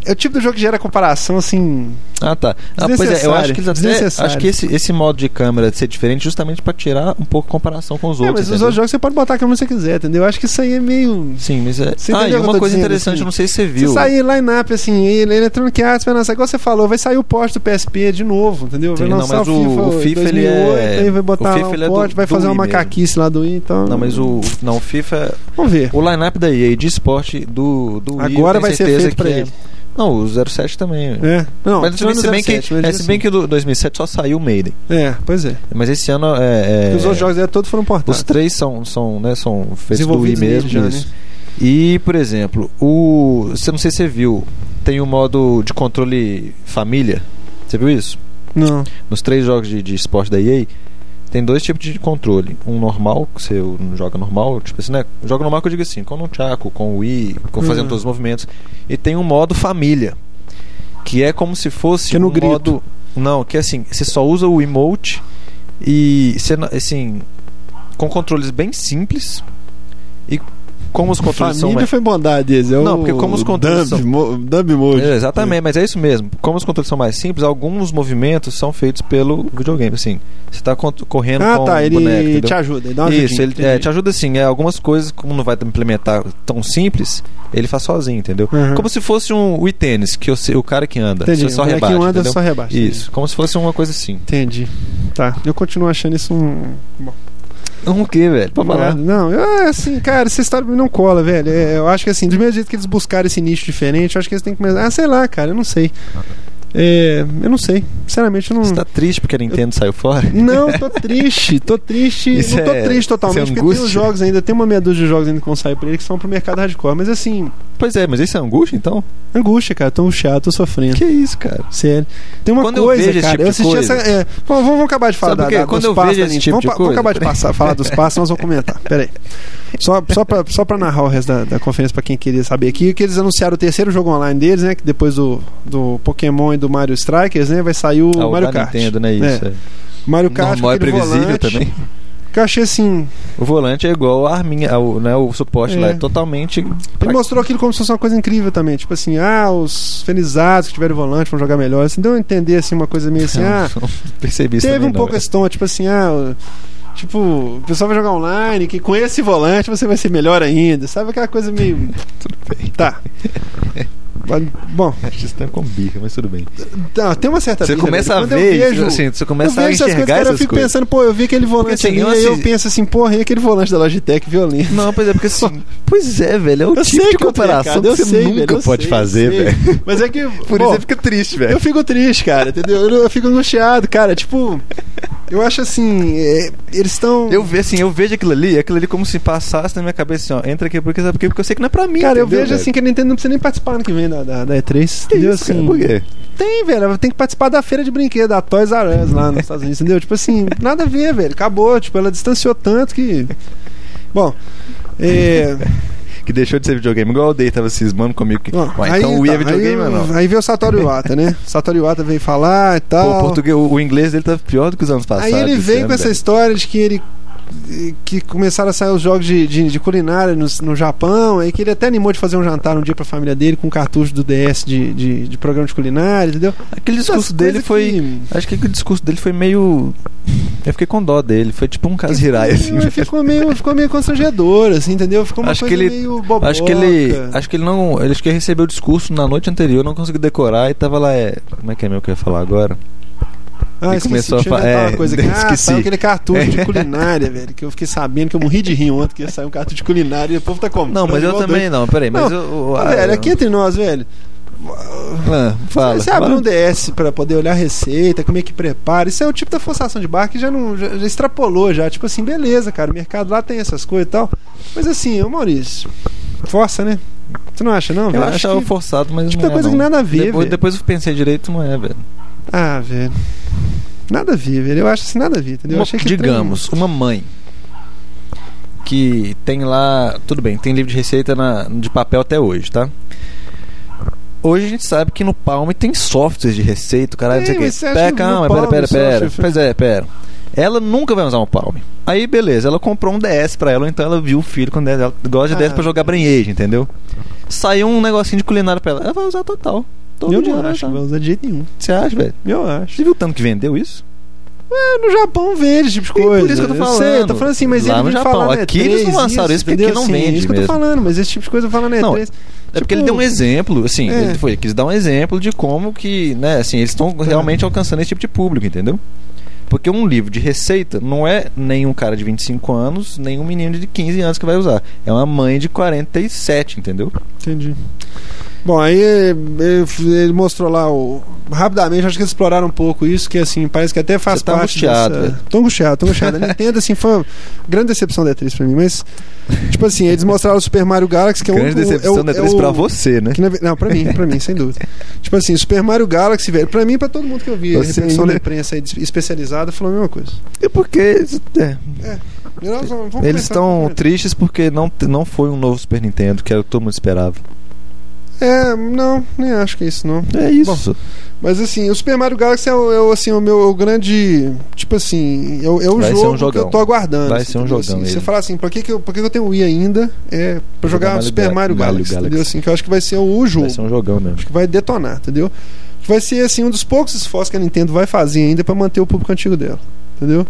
S1: é o tipo do jogo que gera comparação, assim.
S2: Ah, tá. Ah, pois é, eu acho que eles até,
S1: Desnecessário.
S2: acho que esse, esse modo de câmera de ser diferente justamente pra tirar um pouco a comparação com os
S1: É,
S2: outros.
S1: mas os
S2: entendeu?
S1: outros jogos você pode botar a câmera onde você quiser, entendeu? Eu acho que isso aí é meio.
S2: Sim, mas é.
S1: Você
S2: ah,
S1: entendeu
S2: e
S1: o que eu
S2: uma
S1: tô
S2: coisa
S1: dizendo,
S2: interessante,
S1: assim?
S2: eu não sei se você viu.
S1: Se sair line-up, assim, e Electronic Arts vai lançar, igual você falou, vai sair o porte do PSP de novo, entendeu? Vai
S2: Sim, não,
S1: lançar
S2: mas
S1: o
S2: o-
S1: FIFA,
S2: o FIFA, ele
S1: 2008,
S2: é-
S1: aí vai botar
S2: o
S1: lá
S2: FIFA,
S1: o
S2: ele é do-
S1: porte, vai
S2: do
S1: fazer uma
S2: Wii mesmo.
S1: macaquice lá do Wii, então...
S2: Não, mas o. Não, o FIFA.
S1: Vamos ver.
S2: O line-up da EA de esporte do, do Wii, eu
S1: Agora
S2: tenho
S1: vai ser
S2: certeza
S1: feito pra
S2: que é-
S1: ele.
S2: Não, o 07 também.
S1: É. Não,
S2: mas se
S1: tirando
S2: bem, se bem
S1: 07,
S2: que,
S1: mas
S2: é,
S1: assim-
S2: se bem que do 2007 só saiu o Maiden.
S1: É, pois é.
S2: Mas esse ano é, é,
S1: Os outros jogos aí todos foram
S2: os
S1: portados.
S2: três são são né são feitos do Wii
S1: Desenvolvidos
S2: mesmo.
S1: nele já, né?
S2: isso. E por exemplo, o você não sei se você viu tem o modo de controle família. Você viu isso?
S1: Não.
S2: Nos três jogos de, de esporte da EA, tem dois tipos de controle. Um normal, que você não joga normal, tipo assim, né? Joga normal que eu digo assim, com o Nunchaku, com o Wii, com
S1: Uhum.
S2: fazendo todos os movimentos. E tem um modo família, que é como se fosse
S1: Que é no
S2: um
S1: grito.
S2: modo. Não, que é assim, você só usa o emote e você, não- assim, com controles bem simples e como os controles são
S1: Família foi bondade deles. É
S2: Não,
S1: o
S2: porque como os controles
S1: Dumb
S2: são-
S1: Mo- Dumb Mode.
S2: É, exatamente, mas é isso mesmo. Como os controles são mais simples, alguns movimentos são feitos pelo videogame, assim. Você tá cont- correndo
S1: Ah,
S2: com
S1: tá,
S2: o
S1: ele
S2: boneco, entendeu?
S1: te ajuda. Ele dá uma
S2: Isso,
S1: ajudinha,
S2: ele é,
S1: entendi.
S2: te ajuda assim, é, algumas coisas, como não vai implementar tão simples, ele faz sozinho, entendeu?
S1: Uhum.
S2: Como se fosse um Wii Tênis, que você- o cara que anda,
S1: Entendi.
S2: você só
S1: o molequinho
S2: rebate,
S1: anda,
S2: entendeu?
S1: só rebaixa.
S2: Isso, como se fosse uma coisa assim.
S1: Entendi. Tá. Eu continuo achando isso um. Bom,
S2: Um que, velho? Pra falar.
S1: Não, é assim, cara, essa história pra mim não cola, velho. É, eu acho que assim, do mesmo jeito que eles buscaram esse nicho diferente, eu acho que eles têm que começar. Ah, sei lá, cara, eu não sei. É, eu não sei. Sinceramente, eu não.
S2: Você tá triste porque a Nintendo saiu fora?
S1: Não, tô triste, tô triste.
S2: Isso
S1: não tô
S2: é-
S1: triste
S2: isso é
S1: totalmente, porque tem
S2: angústia?
S1: os jogos ainda, tem uma meia dúzia de jogos ainda que vão sair pra ele que são pro mercado hardcore. Mas assim,
S2: Pois é, mas isso é angústia então?
S1: angústia, cara, tô chato, tô sofrendo.
S2: Que isso, cara?
S1: Sério. Tem uma
S2: Quando eu
S1: coisa,
S2: vejo esse
S1: cara.
S2: tipo
S1: eu
S2: de
S1: assisti
S2: coisa-
S1: essa. é, vamos, vamos acabar de falar
S2: Sabe
S1: da,
S2: por quê?
S1: da,
S2: Quando
S1: dos
S2: eu
S1: passos
S2: vejo
S1: da
S2: esse
S1: Nintendo.
S2: tipo
S1: vamos,
S2: de
S1: pa- vamos
S2: coisa,
S1: acabar de
S2: peraí.
S1: passar, falar dos passos, nós vamos comentar. Peraí. Só, só, pra, só pra narrar o resto da, da conferência pra quem queria saber aqui, que eles anunciaram o terceiro jogo online deles, né? Que depois do, do Pokémon e do Mario Strikers, né? Vai sair o
S2: Ah,
S1: Mario
S2: da
S1: Kart.
S2: Nintendo, né? Isso.
S1: É.
S2: é.
S1: Mario Kart. com
S2: Normal é
S1: aquele
S2: previsível
S1: volante,
S2: também.
S1: Que eu achei assim.
S2: O volante é igual a arminha, ao, né, o suporte
S1: É.
S2: lá é totalmente.
S1: Ele mostrou aquilo como se fosse uma coisa incrível também. Tipo assim, ah, os felizados que tiverem volante vão jogar melhor. Assim, deu a entender assim, uma coisa meio assim, ah,
S2: Não, não percebi isso
S1: Teve
S2: também
S1: um
S2: não, né?
S1: pouco
S2: velho.
S1: esse tom, tipo assim, ah, o- tipo, o pessoal vai jogar online, que com esse volante você vai ser melhor ainda, sabe aquela coisa meio.
S2: Tudo bem.
S1: Tá. Mas, Bom,
S2: Acho que isso tá com birra, mas tudo bem.
S1: tá, tem uma certa
S2: Você
S1: birra,
S2: começa
S1: velho.
S2: a
S1: Quando
S2: ver,
S1: eu vejo,
S2: assim, você
S1: eu
S2: começa
S1: vejo
S2: a
S1: essas coisas,
S2: enxergar
S1: cara, eu
S2: essas
S1: fico
S2: coisas.
S1: pensando, pô, eu vi aquele volante
S2: assim,
S1: ali,
S2: eu
S1: aí eu
S2: assi-
S1: penso assim, porra, e aquele volante da Logitech violento?
S2: Não, pois é, porque assim. pois é, velho, é o
S1: Eu
S2: tipo
S1: sei
S2: de
S1: que eu tô
S2: comparação
S1: errado, eu
S2: que você
S1: sei,
S2: nunca
S1: velho, eu
S2: pode
S1: sei,
S2: fazer,
S1: eu sei.
S2: velho.
S1: Mas é que.
S2: Por
S1: bom,
S2: isso é. você fica triste, velho.
S1: Eu fico triste, cara, entendeu? Eu, eu fico angustiado, cara. Tipo, eu acho assim, é, eles estão.
S2: Eu vejo assim, eu vejo aquilo ali, aquilo ali como se passasse na minha cabeça assim, ó, entra aqui porque sabe por quê? Porque eu sei que não é pra mim.
S1: Cara, eu
S2: entendeu,
S1: vejo
S2: velho?
S1: assim que a Nintendo não precisa nem participar ano que vem da, da, da E3.
S2: Que
S1: entendeu?
S2: isso, cara?
S1: assim,
S2: Por quê?
S1: Tem, velho. Ela tem que participar da feira de brinquedo, da Toys R Us lá nos Estados Unidos, entendeu? Tipo assim, nada a ver, velho. Acabou. Tipo, ela distanciou tanto que. Bom. É,
S2: Que deixou de ser videogame, igual o Day tava cismando comigo. Que,
S1: bom,
S2: "Ué, então o Wii é videogame
S1: aí,
S2: ou não?
S1: Aí veio o Satoru Iwata, né? O Satoru Iwata veio falar e
S2: Pô,
S1: tal.
S2: o, português, o- o inglês dele tá pior do que os anos passados.
S1: Ah. Aí ele
S2: esse
S1: veio
S2: ano,
S1: com essa
S2: velho.
S1: história de que ele. Que começaram a sair os jogos de, de, de culinária no, no Japão, aí que ele até animou de fazer um jantar um dia pra família dele com um cartucho do DS de, de, de programa de culinária, entendeu?
S2: Aquele discurso
S1: Essas
S2: dele
S1: coisas
S2: foi.
S1: que-
S2: Acho que o discurso dele foi meio. Eu fiquei com dó dele. Foi tipo um caso Hirai, assim.
S1: Ficou- ficou, meio, ficou meio constrangedor, assim, entendeu? Ficou uma
S2: Acho que
S1: coisa
S2: ele-
S1: meio boboca.
S2: Acho que ele. Acho que ele não. Ele acho que ele recebeu o discurso na noite anterior, não conseguiu decorar e tava lá. É, como é que é meu que eu ia falar agora?
S1: ah,
S2: ele
S1: esqueci,
S2: começou
S1: deixa eu
S2: a fa-
S1: inventar
S2: é,
S1: uma coisa aqui. Ah,
S2: esqueci.
S1: saiu aquele cartucho de culinária, velho, que eu fiquei sabendo que eu morri de rir ontem que ia sair um cartucho de culinária e o povo tá comprando.
S2: Não, mas eu
S1: igual
S2: também
S1: doido.
S2: não. Peraí,
S1: Não,
S2: mas eu. eu-
S1: Ô,
S2: ah,
S1: velho,
S2: eu-
S1: aqui entre nós, velho.
S2: Ah, fala.
S1: você abre
S2: fala.
S1: um DS pra poder olhar a receita, como é que prepara. Isso é o tipo da forçação de barra que já não já, já extrapolou já. Tipo assim, beleza, cara, o mercado lá tem essas coisas e tal. Mas assim, ô Maurício, força, né? Você não acha não,
S2: Eu
S1: velho? é, Acho
S2: achava
S1: que-
S2: forçado, mas
S1: tipo,
S2: não
S1: é
S2: é,
S1: coisa que
S2: não.
S1: nada a ver,
S2: Depois,
S1: velho.
S2: depois eu pensei direito, não é, velho.
S1: Ah, velho. Nada a ver, velho. Eu acho assim, nada a ver, entendeu? Eu
S2: Uma-
S1: achei que
S2: digamos, uma mãe que tem lá, tudo bem, tem livro de receita na- de papel até hoje, tá? Hoje a gente sabe que no Palm tem softwares de receita, caralho, não
S1: Tem,
S2: sei o quê.
S1: mas você acha
S2: Pera,
S1: no
S2: calma,
S1: Palm
S2: pera, pera, pera.
S1: software?
S2: Pois é, pera. Ela nunca vai usar um Palm. Aí, beleza, ela comprou um DS pra ela, ou então ela viu o filho com 10, ela gosta de
S1: Ah.
S2: 10 pra jogar Brainage, entendeu? saiu um negocinho de culinária pra ela. Ela vai usar total. Todo tá.
S1: eu
S2: dia
S1: não
S2: ela
S1: acho que
S2: vai
S1: vai
S2: usar.
S1: usar de jeito nenhum.
S2: Você acha, velho?
S1: Eu acho.
S2: Você viu o tanto que vendeu isso?
S1: É, no Japão vende esse tipo de
S2: E por
S1: coisa.
S2: isso que eu tô falando.
S1: sei, eu tô falando assim, mas
S2: Lá
S1: ele
S2: no
S1: vem
S2: Japão.
S1: falar na
S2: Aqui eles não
S1: E3,
S2: lançaram isso, porque
S1: entendeu?
S2: aqui não
S1: Sim,
S2: vende
S1: É isso que eu tô
S2: mesmo.
S1: falando, mas esse tipo de coisa fala na
S2: Não,
S1: E3.
S2: É porque
S1: Tipo,
S2: ele deu um exemplo, assim,
S1: é. Tá.
S2: ele foi, quis dar um exemplo de como que, né, assim, eles estão realmente alcançando esse tipo de público, entendeu? Porque um livro de receita não é nenhum cara de 25 anos, nem um menino de 15 anos que vai usar. É uma mãe de 47, entendeu?
S1: Entendi. Bom, aí eh, ele ele mostrou lá o. Rapidamente, acho que eles exploraram um pouco isso, que assim, parece que até faz
S2: Você tá
S1: parte.
S2: angustiado,
S1: dessa...
S2: velho.
S1: Tô angustiado, tô angustiado. A Nintendo, assim, foi uma grande decepção da E3 pra mim, mas. Tipo assim, eles mostraram o Super Mario Galaxy, que é um.
S2: Grande decepção
S1: é o,
S2: da
S1: é
S2: 3
S1: o-
S2: pra você, né?
S1: que na ve- não, pra mim, pra mim, sem dúvida. Tipo assim, Super Mario Galaxy, velho, pra mim, e pra todo mundo que eu vi, a
S2: Você
S1: repercussão
S2: ainda-
S1: da imprensa aí des- especializada falou a mesma coisa.
S2: E porque é,
S1: Nós vamos começar
S2: eles estão
S1: com-
S2: tristes porque não, t- não foi um novo Super Nintendo, que era o que todo mundo esperava.
S1: É, não, nem acho que é isso, não.
S2: É isso.
S1: Mas assim, o Super Mario Galaxy é o, é o, assim, o meu o grande. Tipo assim, é, o- é o
S2: Vai ser um
S1: jogo que
S2: jogão.
S1: eu tô aguardando.
S2: Vai
S1: assim,
S2: ser um
S1: entendeu?
S2: jogão
S1: Assim,
S2: ele.
S1: Você fala assim, pra que, que, eu, pra que que eu tenho Wii ainda? É, pra jogar,
S2: Mario
S1: Super
S2: Ga-
S1: Mario,
S2: Mario
S1: Galaxy, entendeu?
S2: Galaxy.
S1: Assim, que eu acho que vai ser o jogo.
S2: vai ser um jogão mesmo.
S1: Acho que vai detonar, entendeu? Vai ser assim um dos poucos esforços que a Nintendo vai fazer ainda pra manter o público antigo dela, entendeu?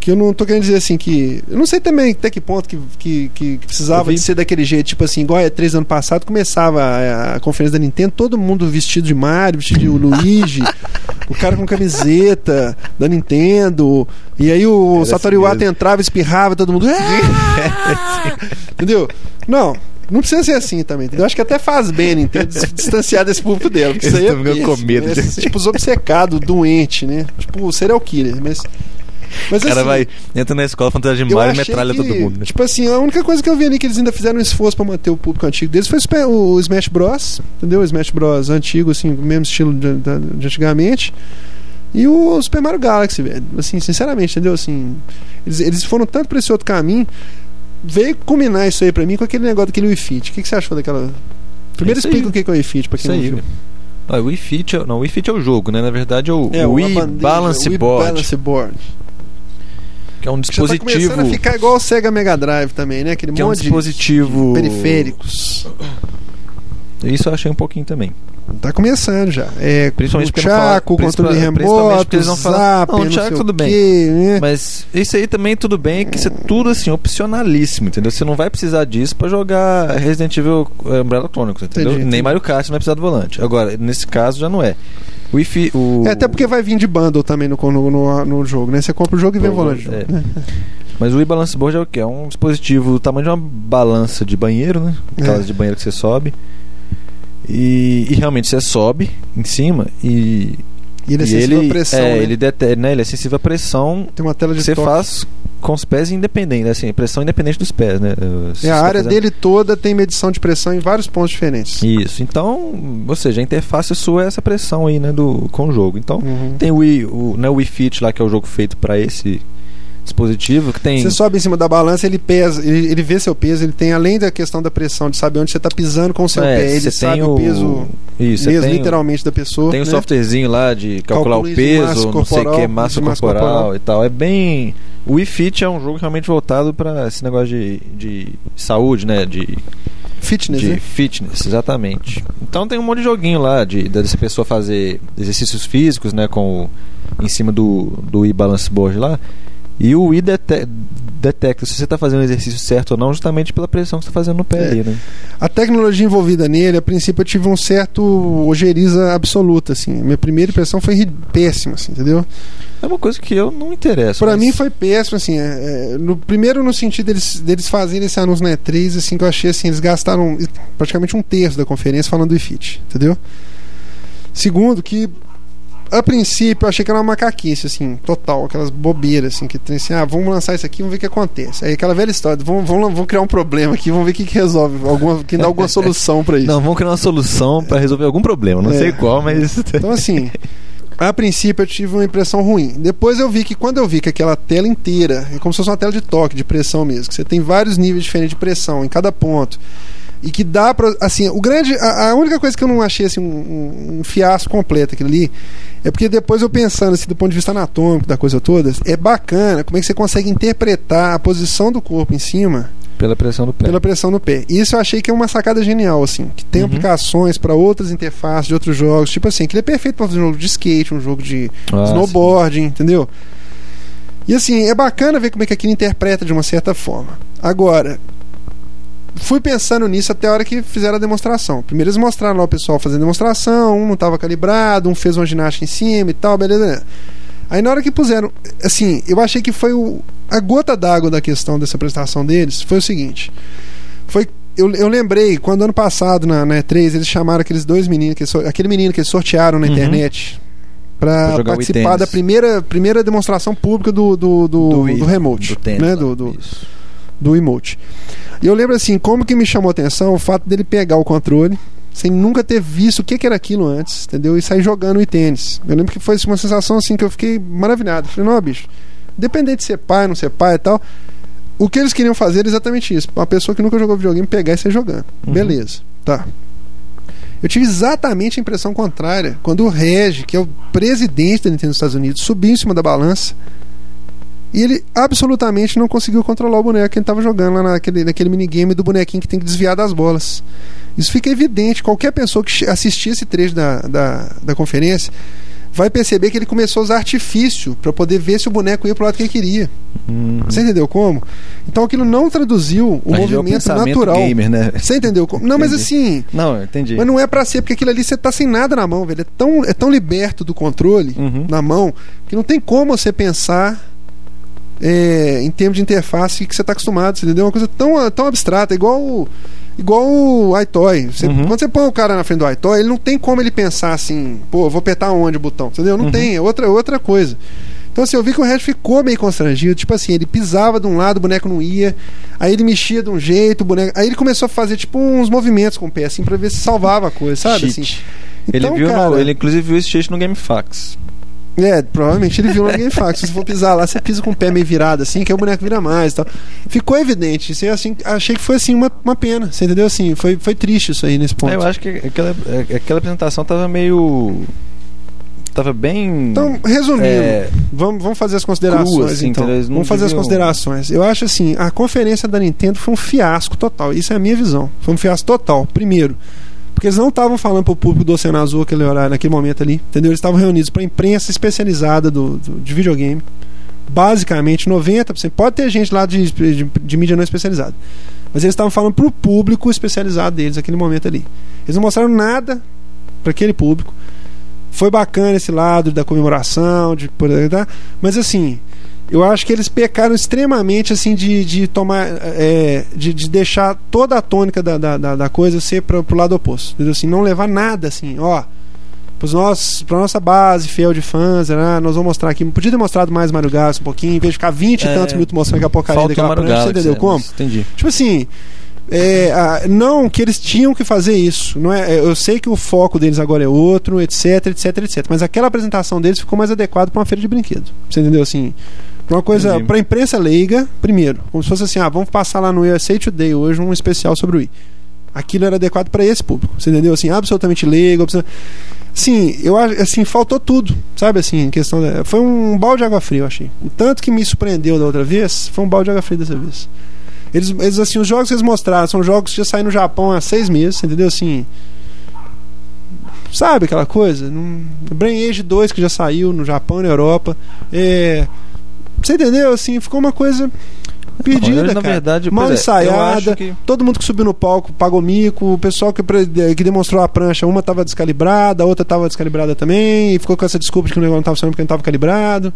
S1: Que eu não tô querendo dizer assim que. Eu não sei também até que ponto que, que, que- que
S2: Eu
S1: precisava
S2: vi-
S1: de ser daquele jeito, tipo assim, igual a E3 ano passado, começava a, a conferência da Nintendo, todo mundo vestido de Mario, vestido de Luigi, o cara com camiseta da Nintendo, e aí o
S2: Era
S1: Satoru
S2: assim
S1: Iwata
S2: mesmo.
S1: entrava, espirrava, todo mundo. "Ah!" Entendeu? Não, não precisa ser assim também, entendeu? Acho que até faz bem a Nintendo se distanciar desse público dela. Porque isso
S2: Eles
S1: aí é
S2: tão ficando com
S1: péssimo,
S2: medo,
S1: né?
S2: gente.
S1: Tipo, os obcecados, doente, né? Tipo, o serial killer, mas. Mas
S2: O cara
S1: assim,
S2: vai, entra na escola, fantasia de
S1: eu
S2: Mario e
S1: achei
S2: metralha
S1: que,
S2: todo mundo. né?
S1: Tipo assim, a única coisa que eu vi ali que eles ainda fizeram um esforço pra manter o público antigo deles foi o Spe- o Smash Bros. Entendeu? O Smash Bros. antigo, assim, o mesmo estilo de, da- de antigamente. E o Super Mario Galaxy, velho. Assim, sinceramente, entendeu? Assim, eles, eles foram tanto pra esse outro caminho. Veio combinar isso aí pra mim com aquele negócio daquele Wii Fit. O que, que você achou daquela. Primeiro
S2: É isso aí.
S1: explica o que que é o Wii Fit pra quem
S2: Isso
S1: não
S2: aí.
S1: viu.
S2: Ó, o Wii Fit, é- não, o Wii Fit é o jogo, né? Na verdade é o
S1: É, uma
S2: Wii
S1: bandeja,
S2: Balance
S1: Wii
S2: Board,
S1: Balance Board.
S2: que é um
S1: Já tá
S2: dispositivo,
S1: começando a ficar igual o Sega Mega Drive também, né? Aquele
S2: que é um
S1: monte de-
S2: dispositivo
S1: de periféricos.
S2: Isso eu achei um pouquinho também.
S1: Tá começando já. É,
S2: Principalmente
S1: o
S2: porque não fala-
S1: Chaco, o controle
S2: principalmente-
S1: remoto,
S2: principalmente eles não falam-
S1: zap,
S2: Não, o
S1: não
S2: Chaco
S1: sei
S2: tudo bem.
S1: quê, né?
S2: Mas isso aí também tudo bem, é que isso é tudo assim opcionalíssimo, entendeu? Você não vai precisar disso pra jogar Resident Evil eh, Umbrella Chronicles, entendeu?
S1: Entendi,
S2: Nem
S1: entendi.
S2: Mario Kart você não vai precisar do volante. Agora, nesse caso já não é. O Wii Fit, o
S1: É, até porque vai vir de bundle também no, no, no, no jogo, né? Você compra o jogo e vem o volante. né?
S2: É. Mas o e-balance board é o quê? É um dispositivo do tamanho de uma balança de banheiro, né? Aquelas
S1: É.
S2: de banheiro que você sobe. E, e realmente você sobe em cima e,
S1: E ele é
S2: e
S1: sensível à pressão,
S2: é,
S1: né?
S2: ele, dete- né, ele é sensível à pressão
S1: Tem uma tela de
S2: você
S1: toque.
S2: faz com os pés independentes, né? assim, pressão independente dos pés, né? Eh, se
S1: É, a
S2: você tá
S1: área
S2: fazendo-
S1: dele toda tem medição de pressão em vários pontos diferentes.
S2: Isso. Então, ou seja, a interface sua é essa pressão aí, né, do com o jogo. Então,
S1: Uhum.
S2: tem o Wii, o, né, o Wii Fit lá que é o jogo feito pra esse dispositivo que tem
S1: Você sobe em cima da balança, ele pesa, ele, ele vê seu peso, ele tem, além da questão da pressão, de saber onde você tá pisando com o seu
S2: É,
S1: pé, ele
S2: você
S1: sabe
S2: tem
S1: o peso
S2: Isso, você
S1: mesmo,
S2: tem o-
S1: literalmente, da pessoa.
S2: Tem um
S1: né?
S2: softwarezinho lá de calcular
S1: Calcula
S2: o
S1: índice de massa
S2: peso, não sei o
S1: corporal,
S2: que, massa
S1: índice de massa
S2: corporal,
S1: corporal.
S2: e tal. É bem. O Wii Fit é um jogo realmente voltado pra esse negócio de, de saúde, né? De,
S1: Fitness,
S2: de
S1: né?
S2: fitness, exatamente. Então tem um monte de joguinho lá de dessa pessoa fazer exercícios físicos, né? Com o, em cima do, do Wii Balance Board lá. E o Wii dete- detecta se você está fazendo o exercício certo ou não, justamente pela pressão que você está fazendo no pé
S1: É.
S2: ali, né?
S1: A tecnologia envolvida nele, a princípio eu tive um certo ojeriza absoluta, assim. Minha primeira impressão foi ri- péssima, assim, entendeu?
S2: É uma coisa que eu não interessa.
S1: Pra
S2: mas-
S1: mim foi péssimo, assim. é, é, no, primeiro no sentido deles, deles fazerem esse anúncio na E3, assim, que eu achei assim, eles gastaram praticamente um terço da conferência falando do IFIT, entendeu? Segundo, que a princípio eu achei que era uma macaquice, assim, total, aquelas bobeiras, assim, que tem assim, ah, vamos lançar isso aqui, vamos ver o que acontece. Aí aquela velha história, vamos, vamos, vamos criar um problema aqui, vamos ver o que, que resolve, alguma, que dá alguma solução pra isso.
S2: Não, vamos criar uma solução pra resolver algum problema. Não
S1: É.
S2: sei qual, mas.
S1: Então, assim, a princípio eu tive uma impressão ruim. Depois eu vi que quando eu vi que aquela tela inteira é como se fosse uma tela de toque, de pressão mesmo, que você tem vários níveis diferentes de pressão em cada ponto. E que dá pra. Assim, o grande. A, a única coisa que eu não achei assim, um, um- um fiasco completo aquilo ali é porque depois eu pensando assim, do ponto de vista anatômico da coisa toda, é bacana como é que você consegue interpretar a posição do corpo em cima
S2: Pela pressão do pé.
S1: pela pressão no pé. E Isso eu achei que é uma sacada genial, assim, que tem
S2: Uhum.
S1: aplicações para outras interfaces de outros jogos, tipo assim, que ele é perfeito para um jogo de skate, um jogo de
S2: Ah,
S1: snowboarding, entendeu? E assim, é bacana ver como é que aquilo interpreta de uma certa forma. Agora, fui pensando nisso até a hora que fizeram a demonstração. Primeiro eles mostraram lá o pessoal fazendo demonstração, um não estava calibrado, um fez uma ginástica em cima e tal, beleza. né? Aí na hora que puseram, assim, eu achei que foi o, a gota d'água da questão dessa apresentação deles foi o seguinte. Foi eu, eu lembrei quando ano passado na, na E3 eles chamaram aqueles dois meninos, que, so- aquele menino que eles sortearam na
S2: Uhum.
S1: internet
S2: Pra
S1: para
S2: jogar o
S1: participar
S2: e-tênis.
S1: da primeira, primeira demonstração pública do, do, do, do,
S2: i-
S1: remote,
S2: do tá. tênis
S1: né,
S2: lá.
S1: do, do,
S2: Isso.
S1: do emote. E eu lembro assim, como que me chamou a atenção o fato dele pegar o controle sem nunca ter visto o que, que era aquilo antes, entendeu? E sair jogando o tênis. Eu lembro que foi uma sensação assim que eu fiquei maravilhado. Falei, não, bicho, independente de ser pai, não ser pai e tal, o que eles queriam fazer era exatamente isso. Uma pessoa que nunca jogou videogame pegar e sair jogando.
S2: Uhum.
S1: Beleza, tá. Eu tive exatamente a impressão contrária quando o Reg, que é o presidente da Nintendo dos Estados Unidos, subiu em cima da balança e ele absolutamente não conseguiu controlar o boneco que ele estava jogando lá naquele, naquele minigame do bonequinho que tem que desviar das bolas. Isso fica evidente. Qualquer pessoa que che- assistir esse trecho da, da, da conferência vai perceber que ele começou a usar artifício para poder ver se o boneco ia pro lado que ele queria.
S2: Uhum.
S1: Você entendeu como? Então aquilo não traduziu o
S2: Aí já é
S1: movimento
S2: pensamento
S1: natural.
S2: gamer, né?
S1: Você entendeu como? Não, mas
S2: Entendi.
S1: assim.
S2: Não, eu entendi.
S1: Mas não é pra ser, porque aquilo ali você tá sem nada na mão, velho. É tão, é tão liberto do controle
S2: Uhum.
S1: na mão que não tem como você pensar é, em termos de interface que você tá acostumado, você entendeu? Uma coisa tão, tão abstrata, igual o, igual o iToy. Você-
S2: Uhum.
S1: Quando você põe o cara na frente do iToy, ele não tem como ele pensar assim, pô, eu vou apertar onde o botão, entendeu? Não
S2: Uhum.
S1: tem, é outra, outra coisa. Então, assim, eu vi que o Red ficou meio constrangido. Tipo assim, ele pisava de um lado, o boneco não ia. Aí ele mexia de um jeito, o boneco. Aí ele começou a fazer, tipo, uns movimentos com o pé, assim, pra ver se salvava a coisa, sabe?
S2: Cheat.
S1: Assim.
S2: ele,
S1: Então,
S2: viu no-
S1: cara-
S2: ele inclusive viu esse cheat no GameFAQs.
S1: É, provavelmente ele viu no GameFAQ. Se você for pisar lá, você pisa com o pé meio virado, assim, que aí o boneco vira mais e tal. Ficou evidente. Isso é assim, achei que foi assim uma, uma pena. Você entendeu? Assim, foi, foi triste isso aí nesse ponto.
S2: É, eu acho que aquela, é, aquela apresentação tava meio. Tava bem.
S1: Então, resumindo,
S2: é,
S1: vamos, vamos fazer as considerações
S2: Crua, assim,
S1: então.
S2: entendeu? Eles não
S1: Vamos fazer as
S2: deviam-
S1: considerações. Eu acho assim, a conferência da Nintendo foi um fiasco total. Isso é a minha visão. Foi um fiasco total. Primeiro, porque eles não estavam falando pro público do Oceano Azul aquele horário, naquele momento ali, entendeu? Eles estavam reunidos para imprensa especializada do, do- de videogame. Basicamente, 90%. Pode ter gente lá de, de, de mídia não especializada. Mas eles estavam falando pro público especializado deles naquele momento ali. Eles não mostraram nada para aquele público. Foi bacana esse lado da comemoração, de por tá? mas assim, eu acho que eles pecaram extremamente assim de, de tomar, é, de, de deixar toda a tônica da, da, da- da coisa ser para pro lado oposto, entendeu? Assim, não levar nada assim, ó. Para nossa base fiel de fãs, né? nós vamos mostrar aqui. Podia ter mostrado mais Mario Galaxy um pouquinho, em vez de ficar 20 e
S2: É,
S1: tantos minutos mostrando aquela porcaria
S2: falta o
S1: daquela
S2: Mario
S1: prancha, você
S2: Galaxy.
S1: entendeu
S2: é,
S1: como?
S2: mas Entendi.
S1: Tipo assim, é, a- não que eles tinham que fazer isso. Não é, eu sei que o foco deles agora é outro, etc, etc, etc. Mas aquela apresentação deles ficou mais adequada para uma feira de brinquedo. Você entendeu? Assim, pra uma coisa.
S2: Entendi.
S1: Pra imprensa leiga, primeiro. Como se fosse assim, ah, vamos passar lá no USA Today hoje um especial sobre o Wii. Aquilo era adequado para esse público. Você entendeu? Assim, absolutamente leigo. absolut- Sim, eu acho assim, faltou tudo, sabe assim, em questão da, foi um balde de água fria, eu achei. O tanto que me surpreendeu da outra vez, foi um balde de água fria dessa vez. Eles, eles assim, os jogos que eles mostraram são jogos que já saíram no Japão há seis meses, entendeu? Assim, sabe aquela coisa? Não, Brain Age 2 que já saiu no Japão, na Europa. É, você entendeu? Assim, ficou uma coisa perdida,
S2: Olha, na
S1: cara.
S2: verdade,
S1: mal
S2: pois é, eu
S1: ensaiada.
S2: acho que-
S1: Todo mundo que subiu no palco pagou mico. O pessoal que, pre- que demonstrou a prancha, uma tava descalibrada, a outra tava descalibrada também. E ficou com essa desculpa de que o negócio não tava funcionando porque não tava calibrado.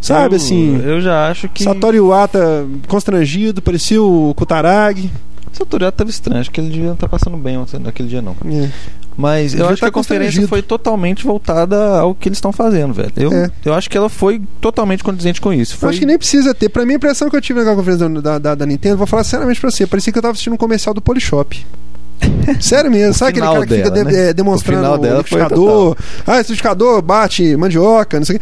S1: Sabe
S2: eu,
S1: assim?
S2: Eu já acho é que.
S1: Satori Iwata constrangido, parecia o Kutaragi.
S2: Saturado tava estranho. Acho que ele devia estar passando bem ontem, naquele dia, não.
S1: É.
S2: Mas eu
S1: Devia
S2: acho que
S1: tá
S2: a conferência
S1: constrangido.
S2: foi totalmente voltada ao que eles estão fazendo, velho. Eu,
S1: É.
S2: eu acho que ela foi totalmente condizente com isso.
S1: Eu
S2: Foi...
S1: acho que nem precisa ter. Pra mim, a impressão que eu tive naquela conferência da, da- da- da Nintendo, vou falar sinceramente pra você, parecia que eu tava assistindo um comercial do Polishop. Sério mesmo,
S2: O
S1: sabe aquele
S2: final
S1: cara que fica
S2: dela,
S1: de-
S2: né?
S1: eh, demonstrando o,
S2: O final dela foi
S1: liquidificador? Ah, esse liquidificador bate mandioca, não sei o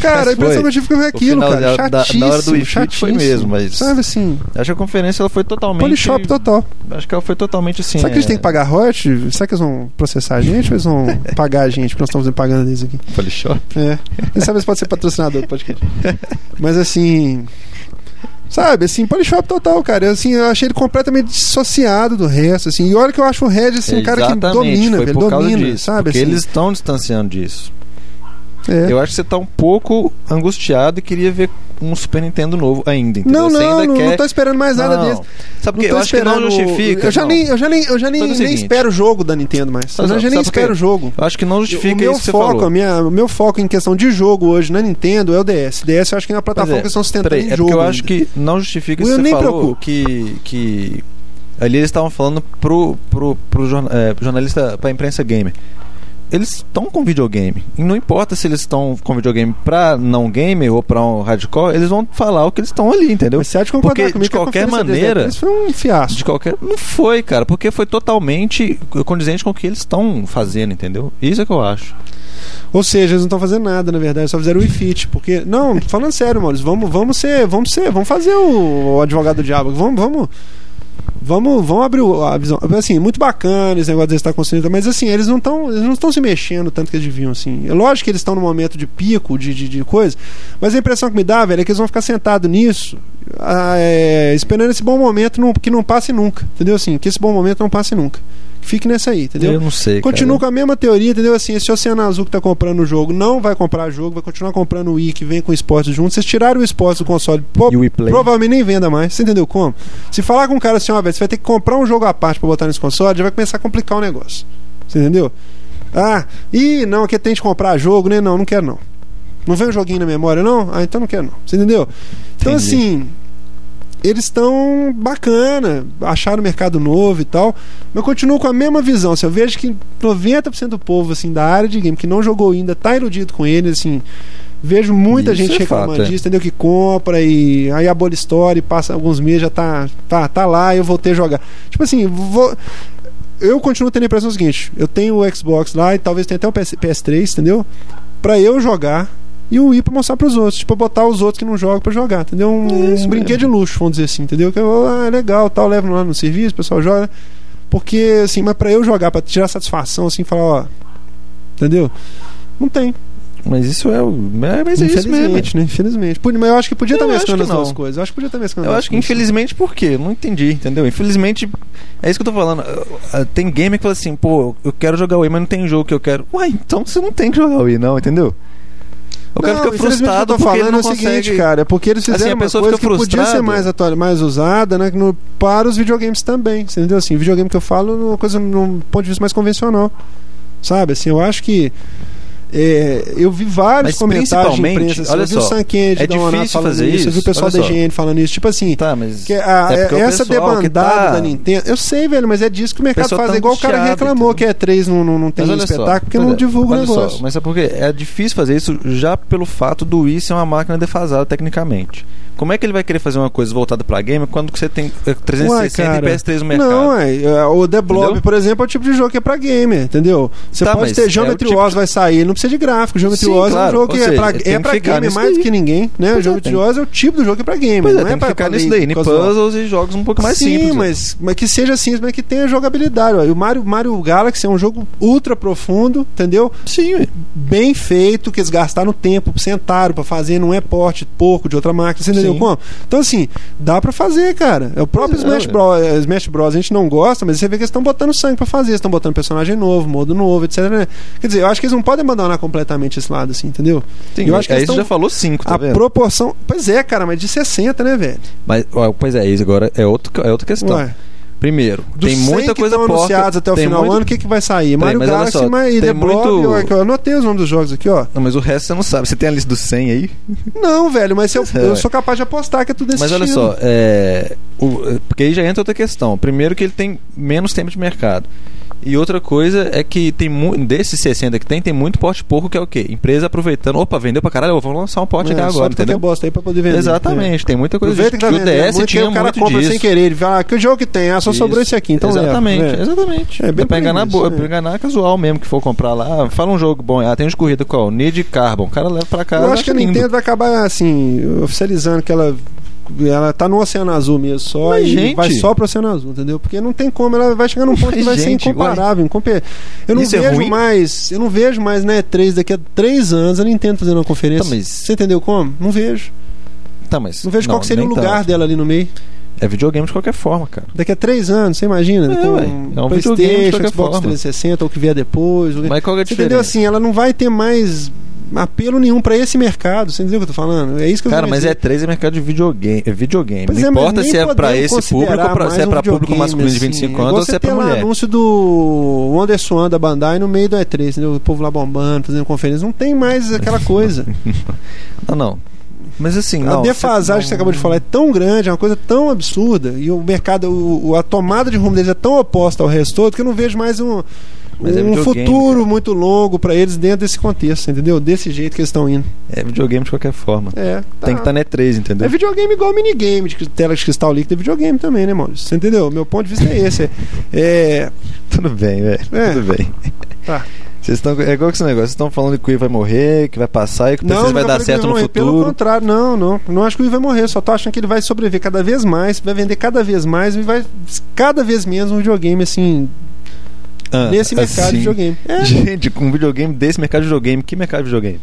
S1: quê. Cara, a
S2: Mas
S1: impressão
S2: foi.
S1: que eu tive foi
S2: O
S1: aquilo,
S2: final
S1: cara.
S2: dela- da- da hora do
S1: Chatíssimo,
S2: Ifrit
S1: chatíssimo.
S2: foi mesmo, mas-
S1: Sabe assim,
S2: Acho que a conferência ela foi totalmente.
S1: Polishop total.
S2: Acho que ela foi totalmente assim.
S1: Será que eles
S2: é,
S1: têm que pagar royalty? Será que eles vão processar a gente ou eles vão pagar a gente? Porque nós estamos fazendo propaganda deles aqui.
S2: Polishop?
S1: É. Quem sabe eles podem ser patrocinador do podcast. Mas assim. Sabe, assim, Polishop total, cara. Assim, eu achei ele completamente dissociado do resto, assim. E olha que eu acho o Red, assim, um cara que
S2: Exatamente,
S1: domina,
S2: foi
S1: velho.
S2: por causa
S1: Domina,
S2: disso,
S1: sabe?
S2: Porque
S1: assim,
S2: eles estão distanciando disso.
S1: é.
S2: Eu acho que você tá um pouco angustiado e queria ver um Super Nintendo novo ainda. Entendeu?
S1: Não,
S2: você
S1: não,
S2: ainda
S1: não,
S2: quer...
S1: não tô esperando mais nada
S2: Não.
S1: disso.
S2: Sabe por quê?
S1: tô
S2: Eu acho que não
S1: esperando-
S2: justifica.
S1: Eu já,
S2: não.
S1: Nem, eu já nem, eu já nem,
S2: Faz o
S1: nem
S2: seguinte.
S1: espero o jogo da Nintendo mais. Eu
S2: Sabe-
S1: já nem
S2: sabe por quê?
S1: espero o jogo.
S2: Eu acho que é? não justifica
S1: o meu
S2: isso que você
S1: foco,
S2: falou.
S1: a minha, o meu foco em questão de jogo hoje na Nintendo é o DS. DS eu acho que é uma
S2: Pois
S1: plataforma
S2: é.
S1: que estão sustentando
S2: Peraí,
S1: em
S2: é
S1: jogo.
S2: porque eu
S1: ainda.
S2: acho que não justifica
S1: Eu
S2: isso que você
S1: nem
S2: falou
S1: preocupo.
S2: que que ali eles estavam falando pro pro, pro jorna- eh, pro jornalista pra imprensa gamer. Eles estão com videogame. E não importa se eles estão com videogame pra não gamer ou pra um hardcore, eles vão falar o que eles estão ali, entendeu?
S1: Mas você há de concordar
S2: Porque,
S1: comigo
S2: de
S1: que a
S2: qualquer
S1: conferência deles
S2: maneira-
S1: deles foi um fiasco.
S2: De qualquer. Não foi, cara, porque foi totalmente condizente com o que eles estão fazendo, entendeu? Isso é que eu acho.
S1: Ou seja, eles não estão fazendo nada, na verdade, só fizeram o Fit, porque não, falando sério, Maurício, vamos, vamos ser, vamos ser, vamos fazer o, o advogado do diabo, vamos, vamos Vamos, vamos abrir o- a visão. Assim, muito bacana esse negócio de estar construindo, mas assim, eles não estão, eles não estão se mexendo tanto que eles deviam, assim. É lógico que eles estão num momento de pico, de, de, de coisa, mas a impressão que me dá, velho, é que eles vão ficar sentados nisso, ah, é, esperando esse bom momento não- que não passe nunca, entendeu? Assim, que esse bom momento não passe nunca. Fique nessa aí, entendeu?
S2: Eu não sei.
S1: Continua com
S2: cara.
S1: a mesma teoria, entendeu? Assim, esse Oceano Azul que tá comprando o jogo não vai comprar jogo, vai continuar comprando o Wii que vem com esportes junto. Vocês tiraram o esporte do console, pro-
S2: E o Play.
S1: provavelmente nem venda mais. Você entendeu como? Se falar com um cara assim, ó, velho, você vai ter que comprar um jogo à parte pra botar nesse console, já vai começar a complicar o negócio. Você entendeu? Ah, e não, aqui tem de comprar jogo, né? Não, não quero não. Não vem um joguinho na memória, não? Ah, então não quero não. Você entendeu? Então
S2: Entendi.
S1: assim, eles estão bacana, acharam o mercado novo e tal, mas eu continuo com a mesma visão. Assim, eu vejo que 90% do povo assim da área de game que não jogou ainda tá iludido com ele, assim. Vejo muita
S2: Isso
S1: gente
S2: é fato,
S1: reclamando
S2: é.
S1: disso, entendeu? Que compra e aí abole história e passa alguns meses já tá tá, tá lá eu voltei a jogar. Tipo assim, vou eu continuo tendo a impressão seguinte: eu tenho o Xbox lá e talvez tenha até o PS, PS3, entendeu? Pra eu jogar e o Wii pra mostrar pros outros. Tipo, botar os outros que não jogam pra jogar, entendeu? Um,
S2: É isso
S1: um brinquedo de luxo, vamos dizer assim, entendeu? Que eu, ah, é legal, tal, levo lá no serviço, o pessoal joga. Porque, assim, mas pra eu jogar, pra tirar satisfação, assim, falar, ó. Entendeu? Não tem.
S2: Mas isso é o. é- Mas é isso mesmo.
S1: infelizmente, né? Infelizmente. Pô, Mas eu acho que podia
S2: Eu
S1: estar
S2: acho
S1: mesclando
S2: que
S1: as
S2: não.
S1: duas coisas. Eu acho que podia estar mesclando
S2: Eu
S1: as
S2: acho que
S1: duas.
S2: infelizmente por quê? Eu Não entendi, entendeu? Infelizmente, é isso que eu tô falando. Ah, ah, Tem gamer que fala assim, pô, eu quero jogar o Wii, mas não tem jogo que eu quero. Ué, então você não tem que jogar o Wii, não, entendeu? O cara
S1: Não,
S2: fica
S1: infelizmente,
S2: frustrado
S1: o que eu tô
S2: porque ele
S1: falando
S2: não
S1: é o
S2: consegue...
S1: seguinte, cara, é porque eles fizeram
S2: Assim, a pessoa
S1: uma coisa
S2: fica
S1: que podia
S2: frustrada.
S1: ser mais atual, mais usada, né, no- para os videogames também, você entendeu assim? Videogame que eu falo, é uma coisa num ponto de vista mais convencional. Sabe? Assim, eu acho que é, eu vi vários
S2: Mas
S1: comentários de
S2: principalmente,
S1: imprensa, assim,
S2: olha
S1: eu vi o
S2: só,
S1: Sanquente
S2: é
S1: da Oná
S2: difícil
S1: falando
S2: fazer
S1: isso, eu vi o
S2: isso,
S1: pessoal
S2: olha
S1: da
S2: só.
S1: GN falando isso, tipo assim,
S2: Tá, mas...
S1: que a-
S2: É porque o
S1: essa
S2: pessoal que
S1: debandada
S2: tá-
S1: da Nintendo. Eu sei, velho, mas é disso que o mercado
S2: pessoal
S1: faz.
S2: tá
S1: É igual o cara que
S2: angustiado,
S1: reclamou
S2: entendeu?
S1: que E3 não, não, não tem
S2: Mas olha só,
S1: espetáculo porque
S2: pois
S1: não
S2: é,
S1: divulga o
S2: olha só,
S1: negócio.
S2: mas é porque é difícil fazer isso já pelo fato do Wii ser uma máquina defasada tecnicamente. Como é que ele vai querer fazer uma coisa voltada pra game quando você tem eh, 360
S1: Uai,
S2: e
S1: cara.
S2: PS3 no mercado?
S1: Não, é, o The Blob,
S2: Entendeu?
S1: por exemplo, é o tipo de jogo que é pra gamer, entendeu? Você
S2: Tá,
S1: pode
S2: mas
S1: ter
S2: é
S1: Geometry
S2: o tipo
S1: Wars vai sair, não precisa de gráfico. Geometry
S2: Sim,
S1: Wars é um
S2: claro,
S1: jogo que
S2: ou
S1: é
S2: seja,
S1: pra,
S2: tem
S1: é
S2: que
S1: pra
S2: ficar
S1: gamer
S2: nisso
S1: mais do
S2: daí.
S1: que ninguém, né?
S2: Pois é,
S1: Geometry
S2: tem.
S1: Wars é o tipo do jogo que é pra gamer,
S2: Pois é,
S1: não é
S2: tem que
S1: pra
S2: ficar
S1: pra
S2: nisso
S1: lei
S2: daí, em
S1: casual.
S2: puzzles e jogos um pouco mais
S1: Sim,
S2: simples. né?
S1: mas, mas que seja simples, mas que tenha jogabilidade. ó. E o Mario, Mario Galaxy é um jogo ultra profundo, entendeu?
S2: Sim, ué.
S1: bem feito, que eles gastaram tempo, sentaram pra fazer, não é porte pouco de outra máquina, você entendeu
S2: Sim.
S1: como? Então, assim, dá pra fazer, cara. É o próprio
S2: Pois é,
S1: Smash,
S2: ué.
S1: Bros, eh, Smash Bros. A gente não gosta, mas você vê que eles estão botando sangue pra fazer, estão botando personagem novo, modo novo, etc. né? Quer dizer, eu acho que eles não podem abandonar completamente esse lado, assim, entendeu?
S2: Sim, é
S1: eu acho que
S2: aí
S1: eles
S2: você
S1: tão-
S2: já falou 5, tá
S1: a
S2: vendo?
S1: proporção. Pois é, cara, mas de 60, né, velho?
S2: Mas, ó, pois é, isso agora é, outro, é outra questão.
S1: Ué,
S2: Primeiro,
S1: dos
S2: tem muita
S1: 100 que
S2: coisa
S1: estão
S2: porca,
S1: anunciados até o
S2: tem
S1: final do
S2: muito-
S1: ano, o que, que vai sair? Mario
S2: mas olha
S1: Galaxy
S2: só,
S1: mas- e
S2: tem
S1: The Blob,
S2: muito-
S1: eu, eu anotei os nomes dos jogos aqui, ó.
S2: Não, mas o resto você não sabe. Você tem a lista dos 100 aí?
S1: Não, velho, mas eu,
S2: É,
S1: eu
S2: ué.
S1: sou capaz de apostar que é tudo desse
S2: Mas olha
S1: estilo.
S2: só, é, o- porque aí já entra outra questão. Primeiro que ele tem menos tempo de mercado. E outra coisa é que tem mu- desses 60 que tem, tem muito porte pouco, que é o quê? Empresa aproveitando, opa, vendeu pra caralho, vamos lançar um porte aqui
S1: É,
S2: agora,
S1: solta qualquer
S2: entendeu?
S1: bosta aí pra poder vender. É.
S2: Exatamente, tem muita coisa
S1: Aproveita que tá
S2: o
S1: vendendo muito,
S2: DS
S1: que aí
S2: tinha
S1: o cara
S2: muito
S1: compra
S2: disso.
S1: sem querer. Ele fala, ah, que jogo que tem? Ah, só sobrou
S2: Isso.
S1: esse aqui, então leva,
S2: Exatamente,
S1: né?
S2: exatamente.
S1: É,
S2: É,
S1: bem
S2: bem pra
S1: por
S2: enganar
S1: isso,
S2: boa,
S1: né?
S2: pra enganar casual mesmo que for comprar lá. Ah, Fala um jogo bom, ah, tem uns de corrida qual? Need Carbon. O cara leva pra casa.
S1: Eu acho que a
S2: acha lindo.
S1: Nintendo vai acabar, assim, oficializando que ela... Ela tá no Oceano Azul mesmo, só
S2: Mas,
S1: e
S2: gente-
S1: vai só pro Oceano Azul, entendeu? Porque não tem como, ela vai chegar num ponto que
S2: Mas,
S1: vai
S2: gente,
S1: ser incomparável. incompe- Eu não
S2: Isso é
S1: vejo
S2: ruim?
S1: mais, eu não vejo mais, né, três daqui a três anos a Nintendo fazendo uma conferência.
S2: Tá, mas-
S1: Você entendeu como? Não vejo.
S2: Tá, mas.
S1: Não vejo qual que seria o
S2: nem
S1: lugar
S2: tanto.
S1: dela ali no meio.
S2: É videogame de qualquer forma, cara.
S1: Daqui a três anos, você imagina?
S2: É,
S1: com
S2: ué, é um videogame de
S1: Playstation,
S2: qualquer
S1: Xbox
S2: forma.
S1: 360, ou o que vier depois. o que-
S2: Mas qual que é a
S1: Você entendeu
S2: diferença?
S1: assim? Ela não vai ter mais apelo nenhum pra esse mercado. Você entendeu o que eu tô falando? É isso que eu
S2: Cara,
S1: tô
S2: mas
S1: dizendo.
S2: é 3 é mercado de videogame. É videogame.
S1: Pois
S2: não
S1: mas
S2: importa
S1: nem
S2: se é pra
S1: podemos
S2: esse
S1: considerar
S2: público, pra- se é
S1: mais um
S2: pra público
S1: videogame,
S2: masculino de 25
S1: assim. É
S2: anos
S1: igual
S2: ou se é pra
S1: ter lá
S2: mulher.
S1: anúncio do Wonder Swan da Bandai no meio do E3, entendeu? O povo lá bombando, fazendo conferência. Não tem mais aquela coisa.
S2: Não, Ah, não. Mas assim, não.
S1: a defasagem que você acabou de falar é tão grande, é uma coisa tão absurda. E o mercado, o- o- a tomada de rumo deles é tão oposta ao resto todo que eu não vejo mais um.
S2: Mas é
S1: um
S2: videogame,
S1: futuro muito longo pra eles dentro desse contexto, entendeu? Desse jeito que eles estão indo.
S2: É videogame de qualquer forma.
S1: É, tá.
S2: Tem que estar na E3, entendeu?
S1: É videogame igual minigame de cri- tela de cristal líquido, é videogame também, né, Maurício? Você entendeu? Meu ponto de vista é esse. É, é,
S2: Tudo bem, velho.
S1: É.
S2: Tudo bem.
S1: Tá.
S2: Vocês estão. É igual que esse negócio. Vocês estão falando que o Ian vai morrer, que vai passar e que
S1: não,
S2: Então, vocês vai
S1: não
S2: dar
S1: falei que
S2: certo
S1: ele
S2: no
S1: vai morrer. Pelo
S2: futuro.
S1: contrário, não, não. Não acho que o Wii vai morrer, só tô achando que ele vai sobreviver cada vez mais, vai vender cada vez mais e vai cada vez menos um videogame, assim,
S2: Ah,
S1: nesse mercado
S2: assim.
S1: de videogame. É,
S2: Gente, com um videogame desse mercado de videogame, que mercado de videogame?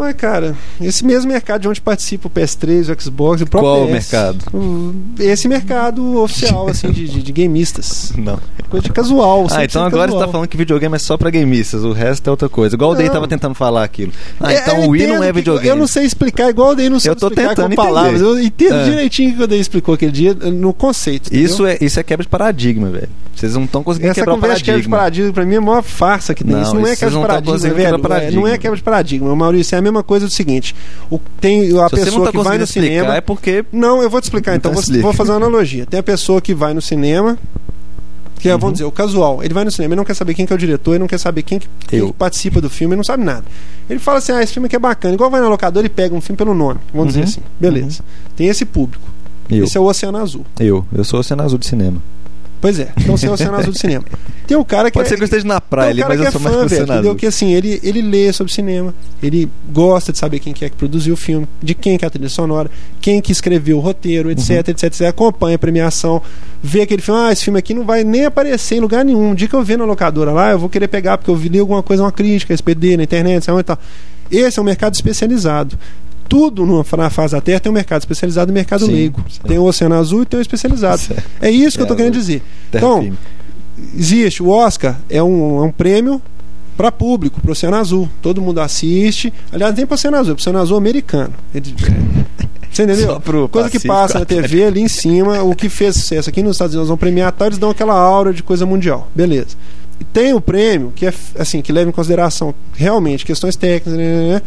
S1: mas cara, esse mesmo mercado de onde participa o PS3, o Xbox, o próprio
S2: Qual
S1: PS,
S2: mercado?
S1: o- Esse mercado oficial, assim, de, de, de gameistas.
S2: Não.
S1: Coisa de casual.
S2: Ah,
S1: 100%
S2: então agora você
S1: casual.
S2: tá falando que videogame é só pra gameistas, o resto é outra coisa. Igual o Day
S1: Não.
S2: tava tentando falar aquilo. Ah,
S1: É,
S2: então
S1: eu
S2: o Wii
S1: entendo
S2: não é
S1: que-
S2: videogame.
S1: Eu não sei explicar, igual o Dei não sei
S2: Eu tô
S1: explicar
S2: tentando
S1: com palavras.
S2: entender.
S1: Eu entendo
S2: Ah.
S1: direitinho o que o Dei explicou aquele dia eh, no conceito. entendeu?
S2: Isso é, isso é quebra de paradigma, velho. Vocês não estão conseguindo
S1: Essa
S2: quebrar o
S1: conversa de quebra de
S2: paradigma.
S1: paradigma pra mim é a maior farsa que tem.
S2: Não,
S1: isso não
S2: isso
S1: é
S2: vocês
S1: quebra de
S2: não tão
S1: paradigma,
S2: conseguindo
S1: velho.
S2: quebrar
S1: É, Não é
S2: paradigma.
S1: quebra de paradigma. Maurício, é a mesma coisa do seguinte: o, tem a
S2: Se você
S1: pessoa
S2: não tá
S1: que vai
S2: conseguindo
S1: no
S2: explicar,
S1: cinema.
S2: é porque.
S1: Não, eu vou te explicar então.
S2: Então
S1: Vou-
S2: explica.
S1: Vou, fazer uma analogia. Tem a pessoa que vai no cinema. Que é,
S2: Uhum.
S1: vamos dizer, o casual. Ele vai no cinema, ele não quer saber quem que é o diretor, ele não quer saber quem que, quem
S2: Eu.
S1: que participa do filme, ele não sabe nada. Ele fala assim: ah, esse filme aqui é bacana. Igual vai na locadora e pega um filme pelo nome. Vamos dizer
S2: Uhum.
S1: assim. Beleza. Tem esse público.
S2: Eu,
S1: Esse é o Oceano Azul.
S2: eu, eu sou o Oceano Azul de cinema.
S1: Pois é. Então você é o Oceano Azul do cinema. Tem o cara que
S2: Pode
S1: é,
S2: ser que eu esteja na praia ali,
S1: tem um cara
S2: mas
S1: que
S2: eu
S1: é
S2: sou
S1: fã,
S2: mais do
S1: velho,
S2: Oceano
S1: entendeu?
S2: Azul.
S1: Que assim, ele, ele lê sobre cinema, ele gosta de saber quem que é que produziu o filme, de quem que é a trilha sonora, quem que escreveu o roteiro, etc,
S2: Uhum.
S1: etc, etc. Acompanha a premiação, vê aquele filme, ah, esse filme aqui não vai nem aparecer em lugar nenhum. Um dia que eu ver na locadora lá, eu vou querer pegar, porque eu vi li alguma coisa, uma crítica, SPD na internet, sei lá e tal. Esse é um mercado especializado. Tudo numa- na face da Terra tem um mercado especializado e um mercado
S2: Sim,
S1: leigo.
S2: certo.
S1: Tem o Oceano Azul e tem o especializado.
S2: Certo.
S1: É isso que eu
S2: É,
S1: tô querendo
S2: o-
S1: dizer.
S2: Terra
S1: Então,
S2: firme.
S1: existe. O Oscar é um, é um prêmio para público, para Oceano Azul. Todo mundo assiste. Aliás, nem para Oceano Azul, para Oceano Azul americano. Ele- Você
S2: Só
S1: entendeu?
S2: pro
S1: Coisa que
S2: Pacífico
S1: passa na TV ali em cima, o que fez sucesso aqui nos Estados Unidos, vão premiar, tal, eles dão aquela aura de coisa mundial. Beleza. E tem o prêmio que é f- assim, que leva em consideração realmente questões técnicas, né, né, né,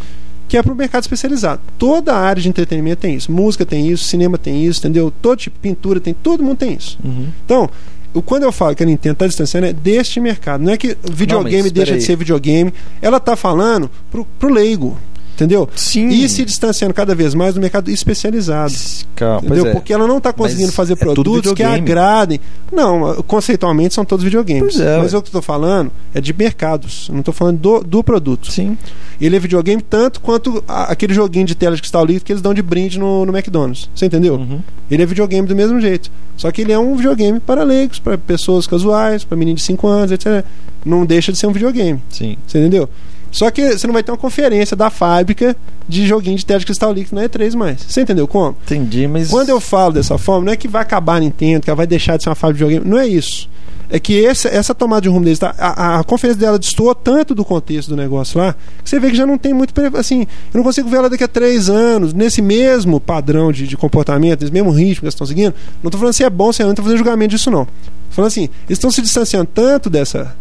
S1: que é para o mercado especializado. Toda a área de entretenimento tem isso, música tem isso, cinema tem isso, entendeu? Todo tipo de pintura tem, todo mundo tem isso.
S2: Uhum.
S1: Então, eu- quando eu falo que a Nintendo está distanciando, é deste mercado. Não é que videogame
S2: Não, mas
S1: deixa
S2: peraí.
S1: de ser videogame. Ela está falando pro, pro leigo, entendeu?
S2: Sim.
S1: E se distanciando cada vez mais do mercado especializado.
S2: Calma, pois
S1: Entendeu?
S2: é.
S1: Porque ela não está conseguindo
S2: Mas
S1: fazer
S2: é tudo
S1: produtos que
S2: videogame.
S1: agradem. Não, conceitualmente são todos videogames.
S2: Pois é,
S1: mas
S2: ué.
S1: o que eu estou falando é de mercados. Eu não estou falando do, do produto.
S2: Sim.
S1: Ele é videogame tanto quanto a- aquele joguinho de tela de cristal líquido que eles dão de brinde no, no McDonald's. Você entendeu?
S2: Uhum.
S1: Ele é videogame do mesmo jeito. Só que ele é um videogame para leigos, para pessoas casuais, para menino de 5 anos, etc. Não deixa de ser um videogame,
S2: Sim.
S1: você entendeu? Só que você não vai ter uma conferência da fábrica de joguinho de tela de cristal líquido na E3 mais. Você entendeu como?
S2: Entendi, mas.
S1: Quando eu falo dessa forma, não é que vai acabar a Nintendo, que ela vai deixar de ser uma fábrica de videogame. Não é isso. É que essa, essa tomada de rumo deles, tá? a, a- a conferência dela destoou tanto do contexto do negócio lá, que você vê que já não tem muito. pre- Assim, eu não consigo ver ela daqui a três anos, nesse mesmo padrão de, de comportamento, nesse mesmo ritmo que eles estão seguindo. Não tô falando se é bom, se é ruim, não tô fazendo julgamento disso, não. Tô falando assim, eles estão se distanciando tanto dessa.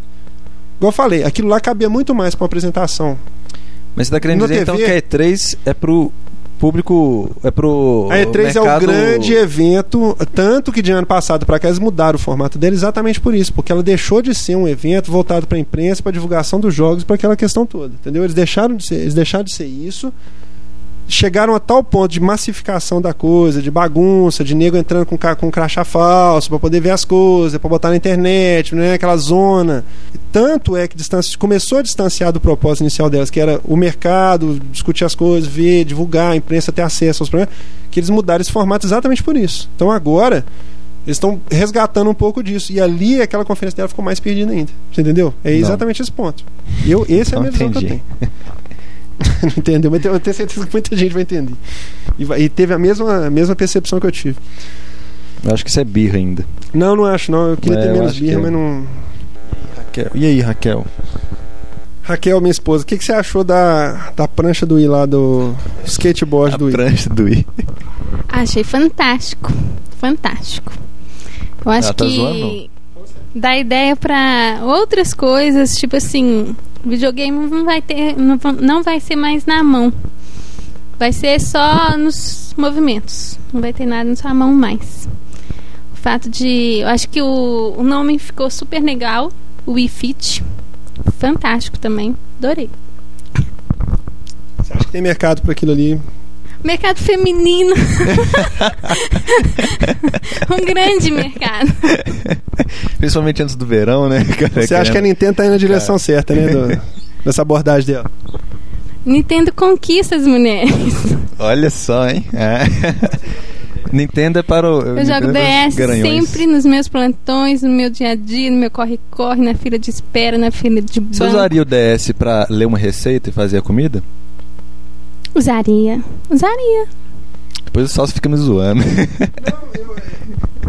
S1: Igual eu falei, aquilo lá cabia muito mais pra uma apresentação.
S2: Mas você tá querendo
S1: Na
S2: dizer então que
S1: TV?
S2: a E3 é pro público. É pro.
S1: A E3 é o
S2: mercado-
S1: grande evento, tanto que de ano passado para cá eles mudaram o formato dele exatamente por isso, porque ela deixou de ser um evento voltado para a imprensa, para divulgação dos jogos, para aquela questão toda, entendeu? Eles deixaram de ser, eles deixaram de ser isso. Chegaram a tal ponto de massificação da coisa, de bagunça, de nego entrando com, ca- com crachá falso para poder ver as coisas, para botar na internet, né? aquela zona. E tanto é que distanci- começou a distanciar do propósito inicial delas, que era o mercado, discutir as coisas, ver, divulgar, a imprensa ter acesso aos problemas, que eles mudaram esse formato exatamente por isso. Então agora, eles estão resgatando um pouco disso. E ali, aquela conferência dela ficou mais perdida ainda. Você entendeu? É
S2: Não.
S1: exatamente esse ponto. Eu, esse é a
S2: Não
S1: minha visão que eu
S2: entendi.
S1: tenho. não entendeu, mas eu tenho certeza que muita gente vai entender. E, vai- e teve a mesma, a mesma percepção que eu tive.
S2: Eu acho que isso é birra ainda.
S1: Não, não acho, não. Eu queria
S2: É,
S1: ter
S2: eu
S1: menos
S2: acho que
S1: birra,
S2: é.
S1: mas não.
S2: Raquel. E aí, Raquel?
S1: Raquel, minha esposa, o que, que você achou da, da prancha do I lá, do skateboard
S2: a
S1: do I?
S2: prancha Tá do I.
S3: Achei fantástico. Fantástico. Eu acho
S2: Ela tá
S3: que
S2: zoando?
S3: dá ideia pra outras coisas, tipo assim, videogame não vai ter não va- não vai ser mais na mão. Vai ser só nos movimentos. Não vai ter nada na sua mão mais. O fato de, eu acho que o, o nome ficou super legal, o Wii Fit. Fantástico também. Adorei.
S1: Você acha que tem mercado para aquilo ali?
S3: Mercado feminino. um grande mercado.
S2: Principalmente antes do verão, né? cara?
S1: você acha que a Nintendo tá indo na direção certa, né? do- dessa abordagem dela.
S3: Nintendo conquista as mulheres.
S2: Olha só, hein? É. Nintendo é para o.
S3: Eu jogo DS sempre nos meus plantões, no meu dia a dia, no meu corre-corre, na fila de espera, na fila de banco.
S2: Você usaria o DS pra ler uma receita e fazer a comida?
S3: Usaria. Usaria.
S2: Depois o Salso fica me zoando.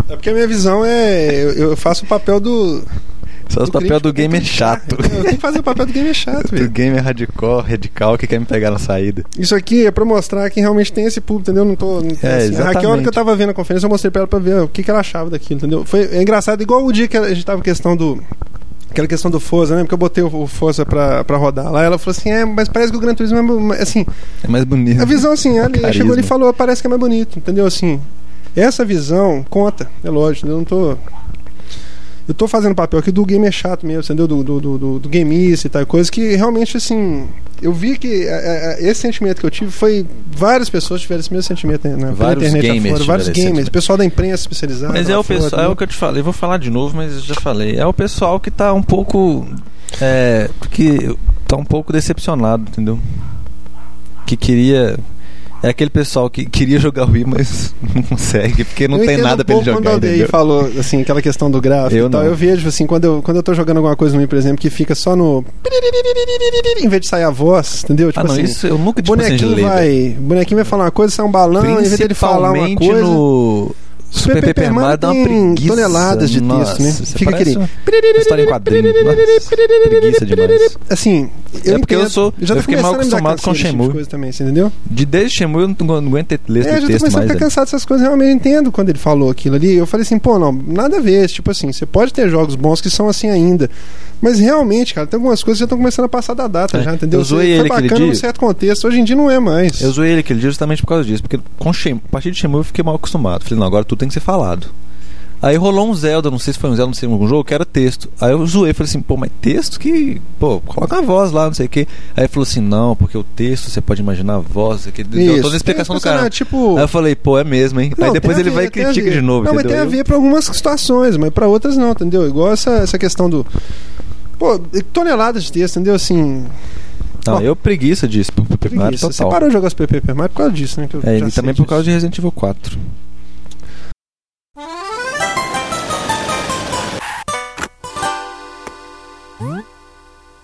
S1: É porque a minha visão é. Eu, eu faço o papel do.
S2: Só o papel
S1: crítico,
S2: do game é chato.
S1: Eu tenho que fazer o papel do game é chato,
S2: Do
S1: velho.
S2: game é hardcore, radical, que quer me pegar na saída.
S1: Isso aqui é pra mostrar que realmente tem esse público, entendeu? Não tô. Não tô
S2: É,
S1: assim. A Raquel, a hora que eu
S2: exatamente.
S1: tava vendo a conferência, eu mostrei pra ela pra ver ah, o que, que ela achava daquilo, entendeu? Foi é engraçado, igual o dia que a gente tava com questão do. Aquela questão do Forza, né? Porque eu botei o o Forza pra, pra rodar lá. Ela falou assim: é, mas parece que o Gran Turismo é. mo- Assim,
S2: É mais bonito.
S1: A visão, assim, ela
S2: Carisma.
S1: chegou ali e falou, parece que é mais bonito, entendeu? Assim, essa visão conta, é lógico, entendeu? eu não tô. Eu tô fazendo papel aqui do game é chato mesmo, entendeu? Do, do, do, do, do gameista e tal, coisa que realmente, assim. Eu vi que é, é, esse sentimento que eu tive foi. Várias pessoas tiveram esse mesmo sentimento né, na pela
S2: Vários
S1: internet
S2: gamers
S1: afora, vários
S2: tiveram esse
S1: gamers,
S2: sentimento.
S1: pessoal da imprensa especializada.
S4: Mas
S1: lá
S4: é o
S1: fora,
S4: pessoal, é
S1: entendeu?
S4: o que eu te falei, vou falar de novo, mas eu já falei. É o pessoal que tá um pouco. É, que tá um pouco decepcionado, entendeu?
S2: Que queria. É aquele pessoal que queria jogar Wii, mas não consegue, porque não
S1: Eu
S2: tem
S1: entendo
S2: nada
S1: um
S2: pra ele
S1: pouco
S2: jogar.
S1: Quando a Aldeia
S2: entendeu?
S1: falou, assim, aquela questão do gráfico
S2: Eu
S1: e tal,
S2: não.
S1: eu vejo, assim, quando eu, quando eu tô jogando alguma coisa no Wii, por exemplo, que fica só no. Em vez de sair a voz, entendeu?
S4: ah, não,
S1: assim,
S4: isso eu nunca
S1: o
S4: te passei de
S1: bonequinho
S4: ler. velho.
S1: vai. O bonequinho vai falar uma coisa, sai um balão, em vez dele falar uma
S4: Principalmente
S1: coisa.
S4: no. Super Paper, Mario, dá uma
S1: tem
S4: preguiça.
S1: toneladas de texto,
S2: Nossa,
S1: né?
S2: você
S1: Fica
S2: parece
S1: aquele-
S4: um-
S2: uma História em quadrinho. Nossa, preguiça demais.
S1: Assim, eu
S4: É porque eu
S1: entendo.
S4: sou-
S1: já
S4: eu
S1: tô
S4: fiquei mal
S1: começando a me dar
S4: acostumado com
S1: canseira desse tipo
S4: Shenmue.
S1: de coisa também, você entendeu?
S2: De desde Shemu eu não, não aguento ler
S1: É, eu
S2: esse
S1: já tô
S2: texto
S1: começando a
S2: mais.
S1: ficar
S2: velho.
S1: cansado dessas coisas, realmente eu entendo quando ele falou aquilo ali. Eu falei assim, pô, não, nada a ver. Tipo assim, você pode ter jogos bons que são assim ainda. Mas realmente, cara, tem algumas coisas que já estão começando a passar da data
S2: É,
S1: já, entendeu?
S2: eu zoei
S1: Foi
S2: ele aquele
S1: bacana num
S2: dia.
S1: certo contexto, hoje em dia não é mais.
S2: Eu zoei ele aquele dia justamente por causa disso, porque com Shenmue, a partir de Shenmue eu fiquei mal acostumado. Falei, não, agora tudo tem que ser falado. Aí rolou um Zelda, não sei se foi um Zelda, não sei algum jogo, que era texto. Aí eu zoei, falei assim, pô, mas texto que. Pô, coloca a voz lá, não sei o quê. Aí ele falou assim, não, porque o texto você pode imaginar a voz, aquele deu toda a explicação do
S1: Tem
S2: cara.
S1: personagem, Tipo,
S2: Aí eu falei, pô, é mesmo, hein?
S1: Não,
S2: Aí depois
S1: tem a
S2: ele
S1: ver,
S2: vai e
S1: tem a
S2: critica
S1: ver.
S2: de novo,
S1: Não, mas
S2: entendeu?
S1: tem a
S2: Eu-
S1: ver pra algumas situações, mas pra outras não, entendeu? Igual essa, essa questão do. Pô, toneladas de texto, entendeu? Assim.
S2: Não,
S1: Ó,
S2: eu preguiça disso, pro pro primário
S1: preguiça. Você
S2: total.
S1: parou de jogar os PPP, mas por causa disso, né? que eu
S2: É,
S1: já sei
S2: e também por
S1: disso.
S2: causa de Resident Evil 4.